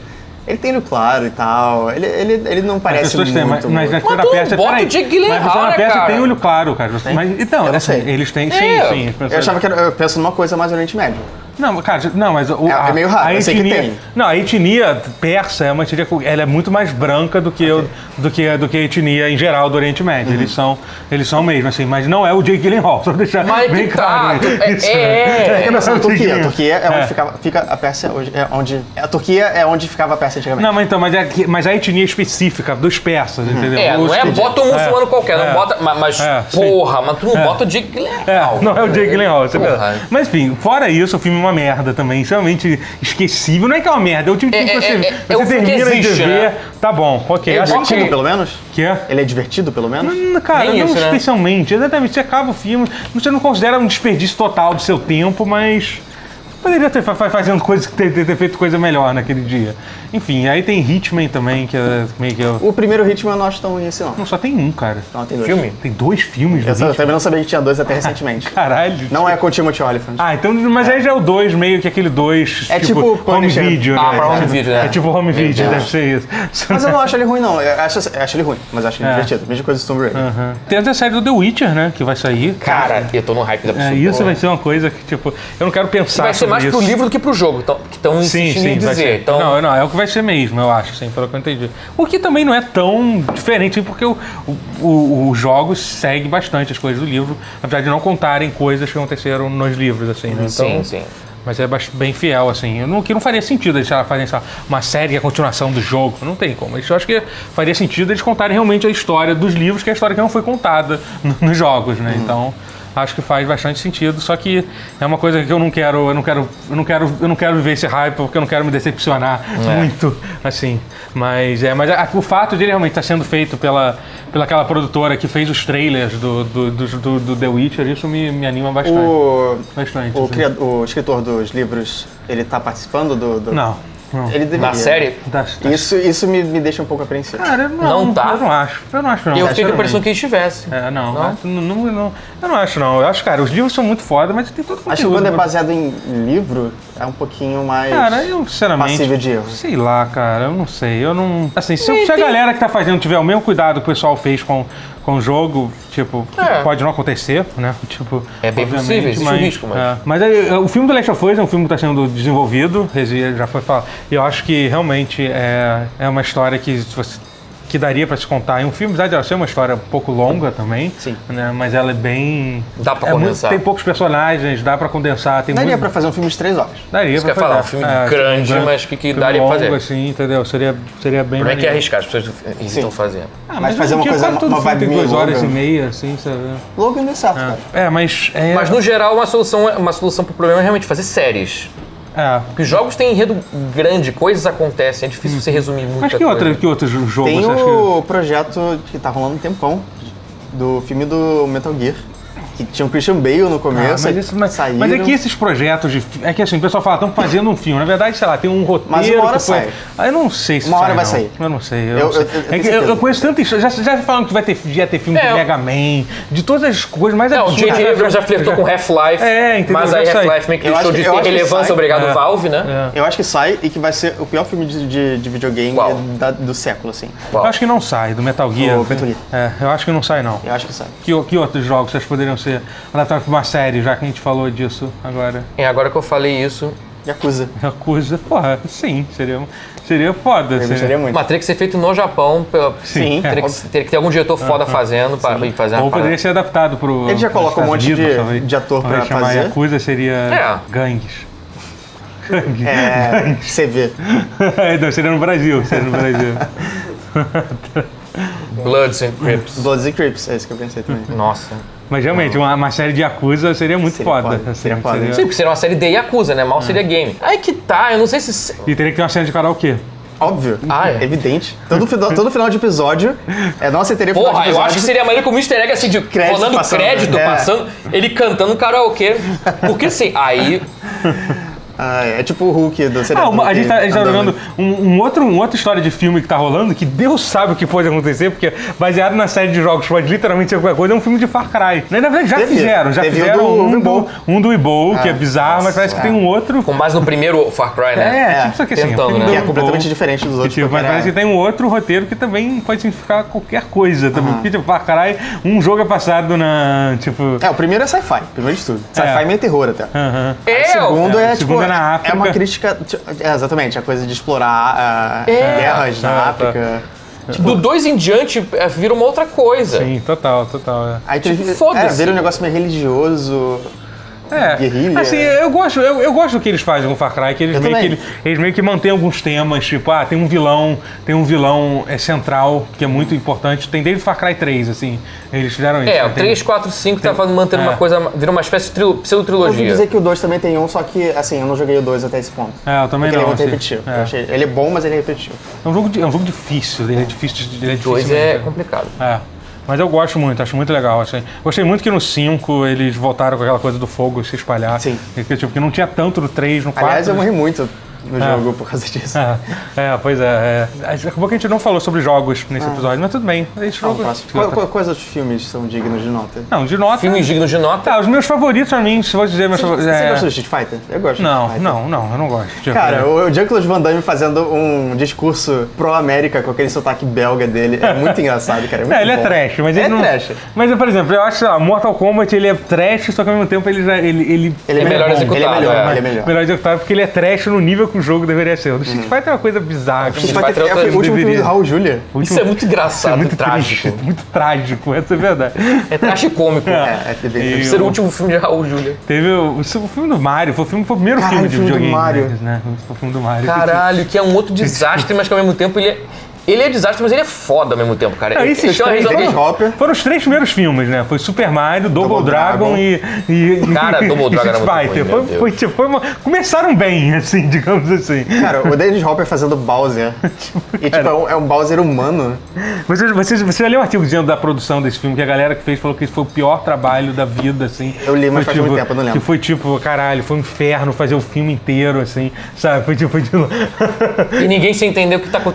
Speaker 3: Ele tem no claro e tal. Ele, ele, ele não
Speaker 1: As
Speaker 3: parece
Speaker 1: pessoas
Speaker 3: muito.
Speaker 1: têm, mas, mas na história da
Speaker 2: tu não
Speaker 1: Pérsia.
Speaker 2: bota o
Speaker 1: peraí,
Speaker 2: Jake Gyllenhaal,
Speaker 1: Mas na história da
Speaker 2: né,
Speaker 1: Pérsia
Speaker 2: cara?
Speaker 1: tem olho claro, cara. Mas, então,
Speaker 3: Eu não
Speaker 1: assim,
Speaker 3: sei.
Speaker 1: eles têm. Sim, sim.
Speaker 2: É,
Speaker 1: as
Speaker 3: eu
Speaker 1: pessoas-
Speaker 3: achava que era, eu penso numa coisa mais Oriente Médio.
Speaker 1: Não, cara, não, mas o,
Speaker 3: É- é meio raro, eu sei que
Speaker 1: etnia,
Speaker 3: tem.
Speaker 1: Não, a etnia persa é uma etnia, que- ela é muito mais branca do que, eu, do que, do que a etnia em geral do Oriente Médio. Eles
Speaker 3: Uhum.
Speaker 1: são, eles são mesmo assim, mas não é o Jake Gyllenhaal, só pra deixar
Speaker 2: Mas é que
Speaker 1: bem
Speaker 2: tá,
Speaker 1: claro.
Speaker 2: tu- é-
Speaker 1: isso. [LAUGHS]
Speaker 2: é-
Speaker 3: É,
Speaker 1: não
Speaker 3: não,
Speaker 1: é
Speaker 3: a
Speaker 1: o
Speaker 3: Turquia. A
Speaker 1: Jake
Speaker 3: Turquia é onde
Speaker 1: É.
Speaker 3: ficava, fica a Pérsia hoje. É onde, a Turquia é onde ficava a Pérsia antigamente.
Speaker 1: Não, mas então, mas, é, que- mas a etnia específica dos persas,
Speaker 3: Uhum.
Speaker 1: entendeu?
Speaker 2: É,
Speaker 1: Os
Speaker 2: não é
Speaker 1: que-
Speaker 2: bota um muçulmano
Speaker 1: É,
Speaker 2: qualquer,
Speaker 1: é.
Speaker 2: não bota. ma- Mas,
Speaker 1: É, sim.
Speaker 2: porra, mas tu não
Speaker 1: É.
Speaker 2: bota o Jake
Speaker 1: [LAUGHS] É,
Speaker 2: Gyllenhaal.
Speaker 1: não é o Jake Gyllenhaal, isso é
Speaker 2: Porra.
Speaker 1: verdade. Mas enfim, fora isso, o filme é uma merda também, extremamente esquecível. Não é que é uma merda, é o tipo de
Speaker 2: É,
Speaker 1: filme que
Speaker 2: é,
Speaker 1: você,
Speaker 2: é, é o
Speaker 1: você
Speaker 2: filme que
Speaker 1: termina de
Speaker 2: existe,
Speaker 1: ver,
Speaker 2: né?
Speaker 1: tá bom, ok.
Speaker 2: Eu
Speaker 1: Acho
Speaker 2: gosto-
Speaker 1: que...
Speaker 3: Divertido,
Speaker 2: Ok.
Speaker 3: pelo menos?
Speaker 1: que é?
Speaker 3: Ele é divertido, pelo menos?
Speaker 1: Hum, Cara,
Speaker 2: Nem
Speaker 1: não
Speaker 2: isso, né?
Speaker 1: especialmente. Exatamente. Você acaba o filme, você não considera um desperdício total do seu tempo, mas. Poderia ter fa- fa- fazendo coisa, ter, ter- ter feito coisa melhor naquele dia. Enfim, aí tem Hitman também, que é meio que. Eu...
Speaker 3: O primeiro ritmo eu não acho tão ruim assim, não.
Speaker 1: Não, só tem um, cara.
Speaker 3: Não, tem dois.
Speaker 2: Filme?
Speaker 1: Tem dois filmes do
Speaker 3: Eu, só- eu
Speaker 1: Hitman.
Speaker 3: também não sabia que tinha dois até recentemente.
Speaker 1: Caralho.
Speaker 3: Não é com o Timothy Oliphant.
Speaker 1: Ah, então, mas aí já é o 2, meio que aquele 2.
Speaker 3: É tipo
Speaker 1: home
Speaker 3: Punisher.
Speaker 1: video,
Speaker 2: Ah,
Speaker 1: né?
Speaker 2: pra home video, né?
Speaker 1: É tipo home video,
Speaker 3: Deus.
Speaker 1: deve ser isso.
Speaker 3: Mas eu não acho ele ruim, não. Eu acho, eu acho ele ruim, mas acho ele divertido. Mesma coisa do Tomb Raider.
Speaker 1: Aham. Tem até a série do The Witcher, né? Que vai sair.
Speaker 2: Cara, eu tô no hype da pessoa.
Speaker 1: É, isso vai ser uma coisa que, tipo, eu não quero pensar.
Speaker 2: Vai ser
Speaker 1: sobre
Speaker 2: mais
Speaker 1: isso.
Speaker 2: pro livro do que pro jogo, então, que estão
Speaker 1: Sim,
Speaker 2: insistindo
Speaker 1: sim,
Speaker 2: em
Speaker 1: vai
Speaker 2: dizer.
Speaker 1: ser.
Speaker 2: Então,
Speaker 1: Não, não, é o que vai ser mesmo, eu acho, sim, pelo que eu entendi. O que também não é tão diferente, porque o, o, o- o jogo segue bastante as coisas do livro, apesar de não contarem coisas que aconteceram nos livros, assim, né? Então,
Speaker 2: sim, sim.
Speaker 1: Mas é bas- bem fiel, assim. Eu não, que não faria sentido eles sei lá, fazerem sei lá, uma série que é a continuação do jogo. Não tem como. Isso Eu acho que faria [LAUGHS]
Speaker 3: Hum.
Speaker 1: sentido eles contarem realmente a história dos livros, que é a história que não foi contada no- nos jogos, né? Então. acho que faz bastante sentido. Só que é uma coisa que eu não quero, eu não quero, eu não quero, eu não quero viver esse hype porque eu não quero me decepcionar
Speaker 2: É.
Speaker 1: muito, assim. Mas é, mas a- o fato de ele realmente estar sendo feito pela, pela aquela produtora que fez os trailers do, do, do, do- do The Witcher, isso me, me anima bastante.
Speaker 3: O,
Speaker 1: Bastante.
Speaker 3: o,
Speaker 1: assim.
Speaker 3: criado- o escritor dos livros, ele tá participando do. do-
Speaker 1: Não, não.
Speaker 3: Ele deveria.
Speaker 2: Na série,
Speaker 1: Tá- tá-
Speaker 3: Isso, isso me, me deixa um pouco apreensivo.
Speaker 1: Cara, não,
Speaker 2: Não tá.
Speaker 1: Eu não acho. Eu não acho, não.
Speaker 2: eu fiquei com a impressão
Speaker 3: sinceramente.
Speaker 2: que ele estivesse.
Speaker 1: É, não,
Speaker 2: Não?
Speaker 1: acho- não, não, não. Eu não acho, não. Eu acho, cara, os livros são muito foda, mas tem todo
Speaker 3: Acho que
Speaker 1: conteúdo,
Speaker 3: quando é
Speaker 1: né?
Speaker 3: baseado em livro, é um pouquinho mais.
Speaker 1: Cara, eu sinceramente.
Speaker 3: Passível de erro.
Speaker 1: Sei lá, cara, eu não sei. Eu não. Assim, se, se a galera que tá fazendo tiver o mesmo cuidado que o pessoal fez com, com o jogo, tipo,
Speaker 2: É.
Speaker 1: pode não acontecer, né? Tipo.
Speaker 2: É bem
Speaker 1: obviamente,
Speaker 2: possível, existe um risco, mas-
Speaker 1: é. Mas aí, o filme do Last of Us é um filme que está sendo desenvolvido, esse já foi falado. E eu acho que realmente é, é uma história que se você- que daria para se contar em um filme, apesar de ela ser uma história um pouco longa também,
Speaker 3: Sim.
Speaker 1: né? Mas ela é bem
Speaker 2: Dá pra
Speaker 1: é muito-
Speaker 2: condensar.
Speaker 1: tem poucos personagens, dá para condensar, tem
Speaker 3: Daria
Speaker 1: muito-
Speaker 3: pra fazer um filme de três horas.
Speaker 1: Daria
Speaker 2: Isso
Speaker 1: pra
Speaker 2: que eu ia falar,
Speaker 1: fazer.
Speaker 2: um filme grande, mas que- que
Speaker 1: filme
Speaker 2: daria pra
Speaker 1: longo,
Speaker 2: fazer.
Speaker 1: assim, entendeu? Seria, seria bem
Speaker 2: Como é que é
Speaker 1: maneiro.
Speaker 2: arriscar? As pessoas estão fazendo.
Speaker 1: Ah,
Speaker 3: Mas fazer
Speaker 1: hoje em
Speaker 3: uma
Speaker 1: dia
Speaker 3: coisa-
Speaker 1: quase todo
Speaker 3: uma
Speaker 1: filme tem
Speaker 3: vibe
Speaker 1: duas
Speaker 3: meio
Speaker 1: horas e
Speaker 3: longa.
Speaker 1: meia, assim, sabe?
Speaker 3: Logo deu certo, cara.
Speaker 1: É, mas... É,
Speaker 2: Mas no geral, uma solução, uma solução pro problema é realmente fazer séries.
Speaker 1: é.
Speaker 2: Porque os jogos têm enredo grande, coisas acontecem, é difícil você resumir muita
Speaker 1: Mas que,
Speaker 2: coisa.
Speaker 1: outra, que outros jogos
Speaker 3: Tem
Speaker 1: você acha que...
Speaker 3: o projeto que tá rolando um tempão do filme do Metal Gear. Que tinha o Christian Bale no
Speaker 1: Ah,
Speaker 3: começo,
Speaker 1: mas, isso- mas-
Speaker 3: saíram.
Speaker 1: mas é que esses projetos de. fi- É que assim, o pessoal fala, estamos fazendo um filme. Na verdade, sei lá, tem um roteiro.
Speaker 3: Mas uma hora
Speaker 1: que foi-
Speaker 3: sai.
Speaker 1: Ah, eu não sei se
Speaker 3: Uma
Speaker 1: sai,
Speaker 3: hora vai
Speaker 1: não.
Speaker 3: sair.
Speaker 1: Eu não sei. Eu,
Speaker 3: Eu-
Speaker 1: não sei.
Speaker 3: eu- eu
Speaker 1: É
Speaker 3: tenho
Speaker 1: que eu- eu
Speaker 3: certeza.
Speaker 1: conheço tanta história. Já, já falaram que vai ter, ia ter filme
Speaker 2: É,
Speaker 1: do
Speaker 2: eu-
Speaker 1: Mega Man, de todas as coisas, mas
Speaker 2: Não, o J.J. Abrams já flertou com Half-Life,
Speaker 1: É, entendeu?
Speaker 2: mas
Speaker 1: Já
Speaker 2: aí
Speaker 1: sai.
Speaker 2: Half-Life meio que
Speaker 3: Eu
Speaker 2: deixou
Speaker 3: acho-
Speaker 2: de
Speaker 3: eu
Speaker 2: ter
Speaker 3: acho que
Speaker 2: relevância,
Speaker 3: sai.
Speaker 2: obrigado
Speaker 1: É.
Speaker 2: Valve, né?
Speaker 3: Eu acho que sai e que vai ser o pior filme de, de- de videogame
Speaker 2: Qual?
Speaker 3: da- do século, assim.
Speaker 1: Eu acho que não sai, do Metal Gear.
Speaker 3: Do Metal Gear.
Speaker 1: É, eu acho que não sai, não.
Speaker 3: Eu acho que sai.
Speaker 1: Que, que outros jogos vocês poderiam ser adaptados para uma série, já que a gente falou disso agora?
Speaker 2: É, agora que eu falei isso,
Speaker 3: Yakuza.
Speaker 1: Yakuza, porra, sim, seria, um, seria foda.
Speaker 3: Eu
Speaker 1: seria- um
Speaker 3: gostaria muito.
Speaker 2: Matrix ser feito no Japão, pela-
Speaker 1: Sim,
Speaker 2: teria,
Speaker 1: é.
Speaker 2: que, teria que ter algum diretor foda fazendo para fazer
Speaker 1: Ou
Speaker 2: uma
Speaker 1: poderia
Speaker 2: parada.
Speaker 1: ser adaptado pro.
Speaker 3: Ele já
Speaker 1: pros
Speaker 3: coloca um
Speaker 1: Estados
Speaker 3: monte de-
Speaker 1: Unidos, talvez.
Speaker 3: de ator pra
Speaker 1: Talvez chamar
Speaker 3: fazer.
Speaker 1: Yakuza seria.
Speaker 2: É.
Speaker 1: Gangues. [LAUGHS] Gangues.
Speaker 3: É, CV.
Speaker 1: Não, Então, seria no Brasil. Seria no Brasil.
Speaker 2: Bloods and Crips.
Speaker 3: Bloods and Crips, é isso que eu pensei
Speaker 1: [LAUGHS]
Speaker 3: também.
Speaker 2: Nossa.
Speaker 1: Mas realmente, uma, uma série de Yakuza seria muito
Speaker 3: Seria
Speaker 1: foda. assim,
Speaker 3: foda, seria foda.
Speaker 2: Sim, porque seria uma série de Yakuza, né? Mal seria game. Aí que tá, eu não sei se...
Speaker 1: E teria que ter uma série de karaokê.
Speaker 3: Óbvio.
Speaker 2: Ah, é.
Speaker 3: Evidente. Todo, final- todo final de episódio, é, nossa, teria final
Speaker 2: Porra,
Speaker 3: de
Speaker 2: eu
Speaker 3: episódio.
Speaker 2: acho que seria maneiro com o Mr. Egg, assim, de
Speaker 3: Crédito
Speaker 2: rolando
Speaker 3: passando,
Speaker 2: crédito,
Speaker 3: né? É.
Speaker 2: passando, ele cantando karaokê. Porque assim, aí
Speaker 3: Ah, é tipo o Hulk do seria
Speaker 1: Ah, uma- a
Speaker 3: Hulk
Speaker 1: gente tá, a gente tá
Speaker 3: andando.
Speaker 1: jogando um, um outro, um outra história de filme que tá rolando, que Deus sabe o que pode acontecer, porque baseado na série de jogos pode literalmente ser qualquer coisa, é um filme de Far Cry. Na verdade, já
Speaker 3: Teve.
Speaker 1: fizeram, já
Speaker 3: Teve o
Speaker 1: fizeram
Speaker 3: do- Ah, do
Speaker 1: um, do,
Speaker 3: Ebol.
Speaker 1: um do Ebol, que é bizarro, mas parece que tem um outro
Speaker 2: com base no primeiro Far Cry,
Speaker 1: É,
Speaker 2: né?
Speaker 1: tipo isso aqui assim. o
Speaker 2: Tentando,
Speaker 1: filme
Speaker 2: né?
Speaker 1: do
Speaker 3: Que é
Speaker 1: Lobo
Speaker 3: completamente
Speaker 1: Bom,
Speaker 3: diferente dos
Speaker 1: que,
Speaker 3: outros,
Speaker 1: tipo,
Speaker 3: porque
Speaker 1: mas
Speaker 3: era-
Speaker 1: parece que tem um outro roteiro que também pode significar qualquer coisa. Também. Porque, tipo, Far Cry, um jogo é passado na. Tipo.
Speaker 3: É, o primeiro é sci-fi, primeiro de tudo. Sci-fi
Speaker 1: É.
Speaker 3: meio terror até.
Speaker 1: aham.
Speaker 2: É,
Speaker 3: O segundo
Speaker 1: é,
Speaker 3: é,
Speaker 1: o
Speaker 3: tipo,
Speaker 1: segundo é na África.
Speaker 3: é uma crítica, é, exatamente, a coisa de explorar ah,
Speaker 2: É.
Speaker 3: guerras na
Speaker 1: Ah, tá.
Speaker 3: África.
Speaker 2: do dois em diante é, vira uma outra coisa.
Speaker 1: Sim, total, total.
Speaker 3: Aí teve,
Speaker 2: Tipo, foda-se.
Speaker 3: é, vira um negócio meio religioso.
Speaker 1: É. É,
Speaker 3: Guerrilha.
Speaker 1: Assim, eu gosto, eu, eu gosto do que eles fazem com Far Cry, que eles,
Speaker 3: Eu
Speaker 1: meio que,
Speaker 3: também.
Speaker 1: eles, eles meio que mantêm alguns temas, tipo, ah, tem um vilão, tem um vilão é, central, que é muito importante. Tem desde Far Cry 3, assim. Eles fizeram isso.
Speaker 2: É,
Speaker 1: né?
Speaker 2: o
Speaker 1: Tem-
Speaker 2: 3, 4, 5 tá fazendo- mantendo
Speaker 1: É.
Speaker 2: uma coisa, vira uma espécie de trilo-
Speaker 3: Eu ouvi dizer
Speaker 2: pseudo-trilogia.
Speaker 3: que o 2 também tem um, só que, assim, eu não joguei o 2 até esse ponto.
Speaker 1: É, eu também
Speaker 3: Porque ele é
Speaker 1: não,
Speaker 3: muito
Speaker 1: assim,
Speaker 3: repetitivo.
Speaker 1: é.
Speaker 3: Eu achei- ele é bom, mas ele é repetitivo.
Speaker 1: É um jogo, di- é um jogo difícil, ele é difícil de. Ele é difícil
Speaker 2: 2 é
Speaker 1: mesmo.
Speaker 2: complicado.
Speaker 1: É. Mas eu gosto muito, acho muito legal. Assim. Gostei muito que no 5 eles voltaram com aquela coisa do fogo se espalhar.
Speaker 3: Sim.
Speaker 1: E que, tipo, que não tinha tanto no 3, no 4.
Speaker 3: Aliás, é eu morri muito no jogo por causa disso.
Speaker 1: [LAUGHS] É, pois é, é. Acabou que a gente não falou sobre jogos nesse episódio, mas tudo bem. Esse
Speaker 3: Vamos
Speaker 1: jogo... tá
Speaker 3: pro Ah. Então, próximo. Qual- qual- Quais outros filmes são dignos de nota?
Speaker 1: Não, de nota...
Speaker 2: Filmes dignos de nota.
Speaker 1: Tá, os meus favoritos pra mim, se vou dizer meus
Speaker 3: Você,
Speaker 1: favoritos...
Speaker 3: você
Speaker 1: é-
Speaker 3: gosta do Street Fighter? Eu gosto. do Street
Speaker 1: Não,
Speaker 3: Fighter.
Speaker 1: não, não, eu não gosto. Tipo,
Speaker 3: né? Cara, o o Jean-Claude Van Damme fazendo um discurso pró-América com aquele sotaque belga dele é
Speaker 1: [LAUGHS]
Speaker 3: muito engraçado, cara. É, muito
Speaker 1: É, ele é
Speaker 3: bom.
Speaker 1: trash, mas ele
Speaker 3: É
Speaker 1: não...
Speaker 3: trash.
Speaker 1: Mas, por exemplo, eu acho, sei lá, Mortal Kombat, ele é trash, só que ao mesmo tempo ele já... Ele, ele,
Speaker 3: Ele é,
Speaker 2: É melhor
Speaker 3: melhor
Speaker 2: executado,
Speaker 3: Ele é
Speaker 2: é.
Speaker 3: melhor, ele é melhor.
Speaker 1: Melhor executado, porque ele é trash no nível que o jogo deveria ser. O do Street Fighter é uma coisa bizarra. que é
Speaker 3: Street
Speaker 2: Fighter
Speaker 3: Fighter é
Speaker 2: outra-
Speaker 3: o último filme
Speaker 1: deveria.
Speaker 3: do Raul Júlia.
Speaker 2: Isso é muito
Speaker 1: Isso é
Speaker 2: engraçado
Speaker 1: muito
Speaker 2: e trágico.
Speaker 1: triste, muito trágico, [LAUGHS] essa é a verdade.
Speaker 2: É
Speaker 1: [LAUGHS]
Speaker 2: trágico cômico.
Speaker 3: É, é bem
Speaker 1: E-
Speaker 2: Ser o último filme de Raul Júlia.
Speaker 1: Teve o, isso- o filme do Mario, foi o, filme, foi o primeiro
Speaker 3: Caralho,
Speaker 1: filme de
Speaker 3: filme do
Speaker 1: videogame.
Speaker 3: Mario.
Speaker 1: deles, Né? Foi o filme do Mario.
Speaker 2: Caralho, que é um outro desastre, mas que ao mesmo tempo ele é Ele é desastre, mas ele é foda ao mesmo tempo, cara.
Speaker 1: Não,
Speaker 2: Ele-
Speaker 1: esses
Speaker 2: ele tem uma
Speaker 1: três
Speaker 2: resolução-
Speaker 3: Dennis Hopper.
Speaker 1: foram os três primeiros filmes, né? Foi Super Mario, Double,
Speaker 3: Double
Speaker 1: Dragon,
Speaker 3: Dragon.
Speaker 1: e, e.
Speaker 2: Cara,
Speaker 1: e
Speaker 2: Double
Speaker 3: é
Speaker 2: Dragon era
Speaker 1: Street
Speaker 2: muito
Speaker 1: Fighter.
Speaker 2: ruim,
Speaker 1: Foi-
Speaker 2: meu Deus.
Speaker 1: foi tipo, foi uma- Começaram bem, [LAUGHS] assim, digamos assim.
Speaker 3: Cara, o Dennis Hopper
Speaker 1: [LAUGHS]
Speaker 3: fazendo Bowser. E tipo, é um, é um Bowser humano.
Speaker 1: Você, você, você já leu um artigo dizendo da produção desse filme, que a galera que fez falou que esse foi o pior trabalho da vida, assim.
Speaker 3: Eu li, mas
Speaker 1: Foi
Speaker 3: faz muito tempo, eu não lembro.
Speaker 1: Que foi tipo, caralho, foi um inferno fazer o filme inteiro, assim, sabe? Foi tipo, foi
Speaker 3: [LAUGHS]
Speaker 1: tipo...
Speaker 2: E ninguém se entendeu o que tá
Speaker 1: É,
Speaker 3: né?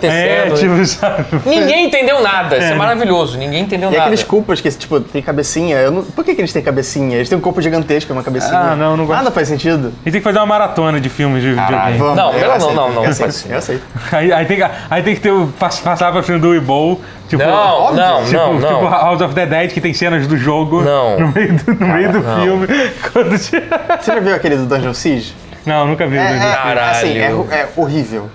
Speaker 2: acontecendo.
Speaker 1: tipo, sabe?
Speaker 2: Ninguém entendeu nada. Isso é maravilhoso. Ninguém entendeu
Speaker 3: E
Speaker 2: nada.
Speaker 3: aqueles culpas que, tipo, tem cabecinha. Eu não- Por que, que eles têm cabecinha? Eles têm um corpo gigantesco, uma cabecinha.
Speaker 1: Ah, não, não gosto.
Speaker 3: Nada faz sentido.
Speaker 1: A gente tem que fazer uma maratona de filmes de
Speaker 2: Caralho.
Speaker 1: videogame.
Speaker 3: Vamos,
Speaker 2: Não,
Speaker 3: eu
Speaker 2: não, não,
Speaker 3: aceito,
Speaker 2: não, não,
Speaker 3: Eu
Speaker 2: não
Speaker 3: aceito,
Speaker 2: faz sentido.
Speaker 3: eu aceito.
Speaker 1: Aí, aí tem que, aí tem que ter, o- pass- passar pra frente do Weeble, tipo...
Speaker 2: Não,
Speaker 1: óbvio,
Speaker 2: não,
Speaker 1: tipo,
Speaker 2: não,
Speaker 1: tipo
Speaker 2: não.
Speaker 1: House of the Dead, que tem cenas do jogo [LAUGHS]
Speaker 2: Não.
Speaker 1: no meio do, no meio do
Speaker 2: não.
Speaker 1: filme. Quando te-
Speaker 3: Você já viu aquele do Dungeon Siege?
Speaker 1: Não, nunca vi.
Speaker 3: É, é,
Speaker 1: né?
Speaker 3: é, assim, é,
Speaker 2: Caralho.
Speaker 3: é horrível,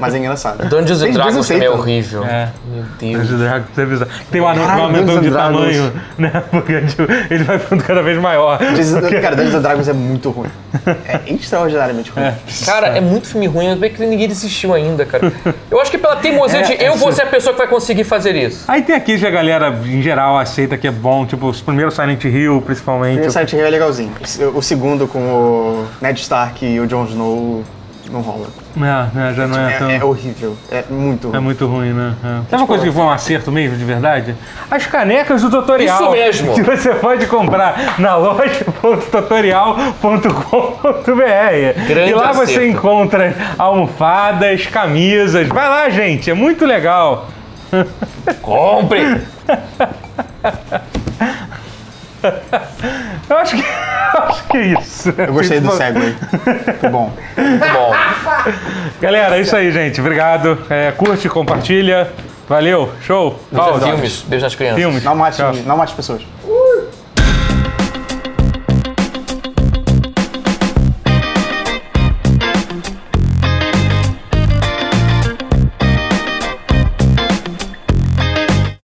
Speaker 3: mas é
Speaker 2: [LAUGHS]
Speaker 3: engraçado.
Speaker 2: Dungeons and
Speaker 3: Eles
Speaker 2: Dragons também é
Speaker 3: aceitam.
Speaker 2: horrível.
Speaker 1: É.
Speaker 2: Meu
Speaker 1: Dungeons
Speaker 2: Deus.
Speaker 1: and Dragons, você avisa. Tem um anão que vai
Speaker 3: Caralho,
Speaker 1: aumentando de
Speaker 3: Dungeons and
Speaker 1: tamanho, [LAUGHS] né? Porque tipo, ele vai ficando cada vez maior.
Speaker 3: Dungeons- Cara, Dungeons and Dragons é muito ruim.
Speaker 2: [LAUGHS]
Speaker 3: É extraordinariamente ruim.
Speaker 2: Cara, é muito filme ruim, mas bem que ninguém desistiu ainda,
Speaker 1: [LAUGHS]
Speaker 2: cara. Eu acho que pela teimosia
Speaker 1: É,
Speaker 2: de eu vou
Speaker 1: essa-
Speaker 2: ser a pessoa que vai conseguir fazer isso.
Speaker 1: Aí tem aqui que a galera, em geral, aceita que é bom, tipo, os primeiros Silent Hill, principalmente.
Speaker 3: O Silent Hill é legalzinho. O segundo com o Ned Stark e o Jon Snow não rola.
Speaker 1: É, né, já não é,
Speaker 2: então.
Speaker 1: tão.
Speaker 3: É, é horrível. É muito
Speaker 1: É
Speaker 3: ruim.
Speaker 1: muito ruim, né? É. Sabe uma coisa que foi um acerto mesmo, de verdade? As canecas do tutorial.
Speaker 2: Isso mesmo.
Speaker 1: [LAUGHS] Que você pode comprar na loja.tutorial.com.br.
Speaker 2: Grande
Speaker 1: E lá você
Speaker 2: acerto.
Speaker 1: encontra almofadas, camisas. Vai lá, gente, é muito legal.
Speaker 2: Compre!
Speaker 1: Eu acho que, [LAUGHS] acho que é isso.
Speaker 3: Eu gostei do Segway. Foi
Speaker 2: [LAUGHS]
Speaker 3: bom.
Speaker 2: Muito bom.
Speaker 1: Galera, é isso aí, gente. Obrigado. É, curte, compartilha. Valeu. Show.
Speaker 2: Veja
Speaker 1: Pausa.
Speaker 2: é filmes, Deus nas crianças.
Speaker 1: Filmes.
Speaker 3: Não mate,
Speaker 1: Tchau.
Speaker 3: não mate pessoas.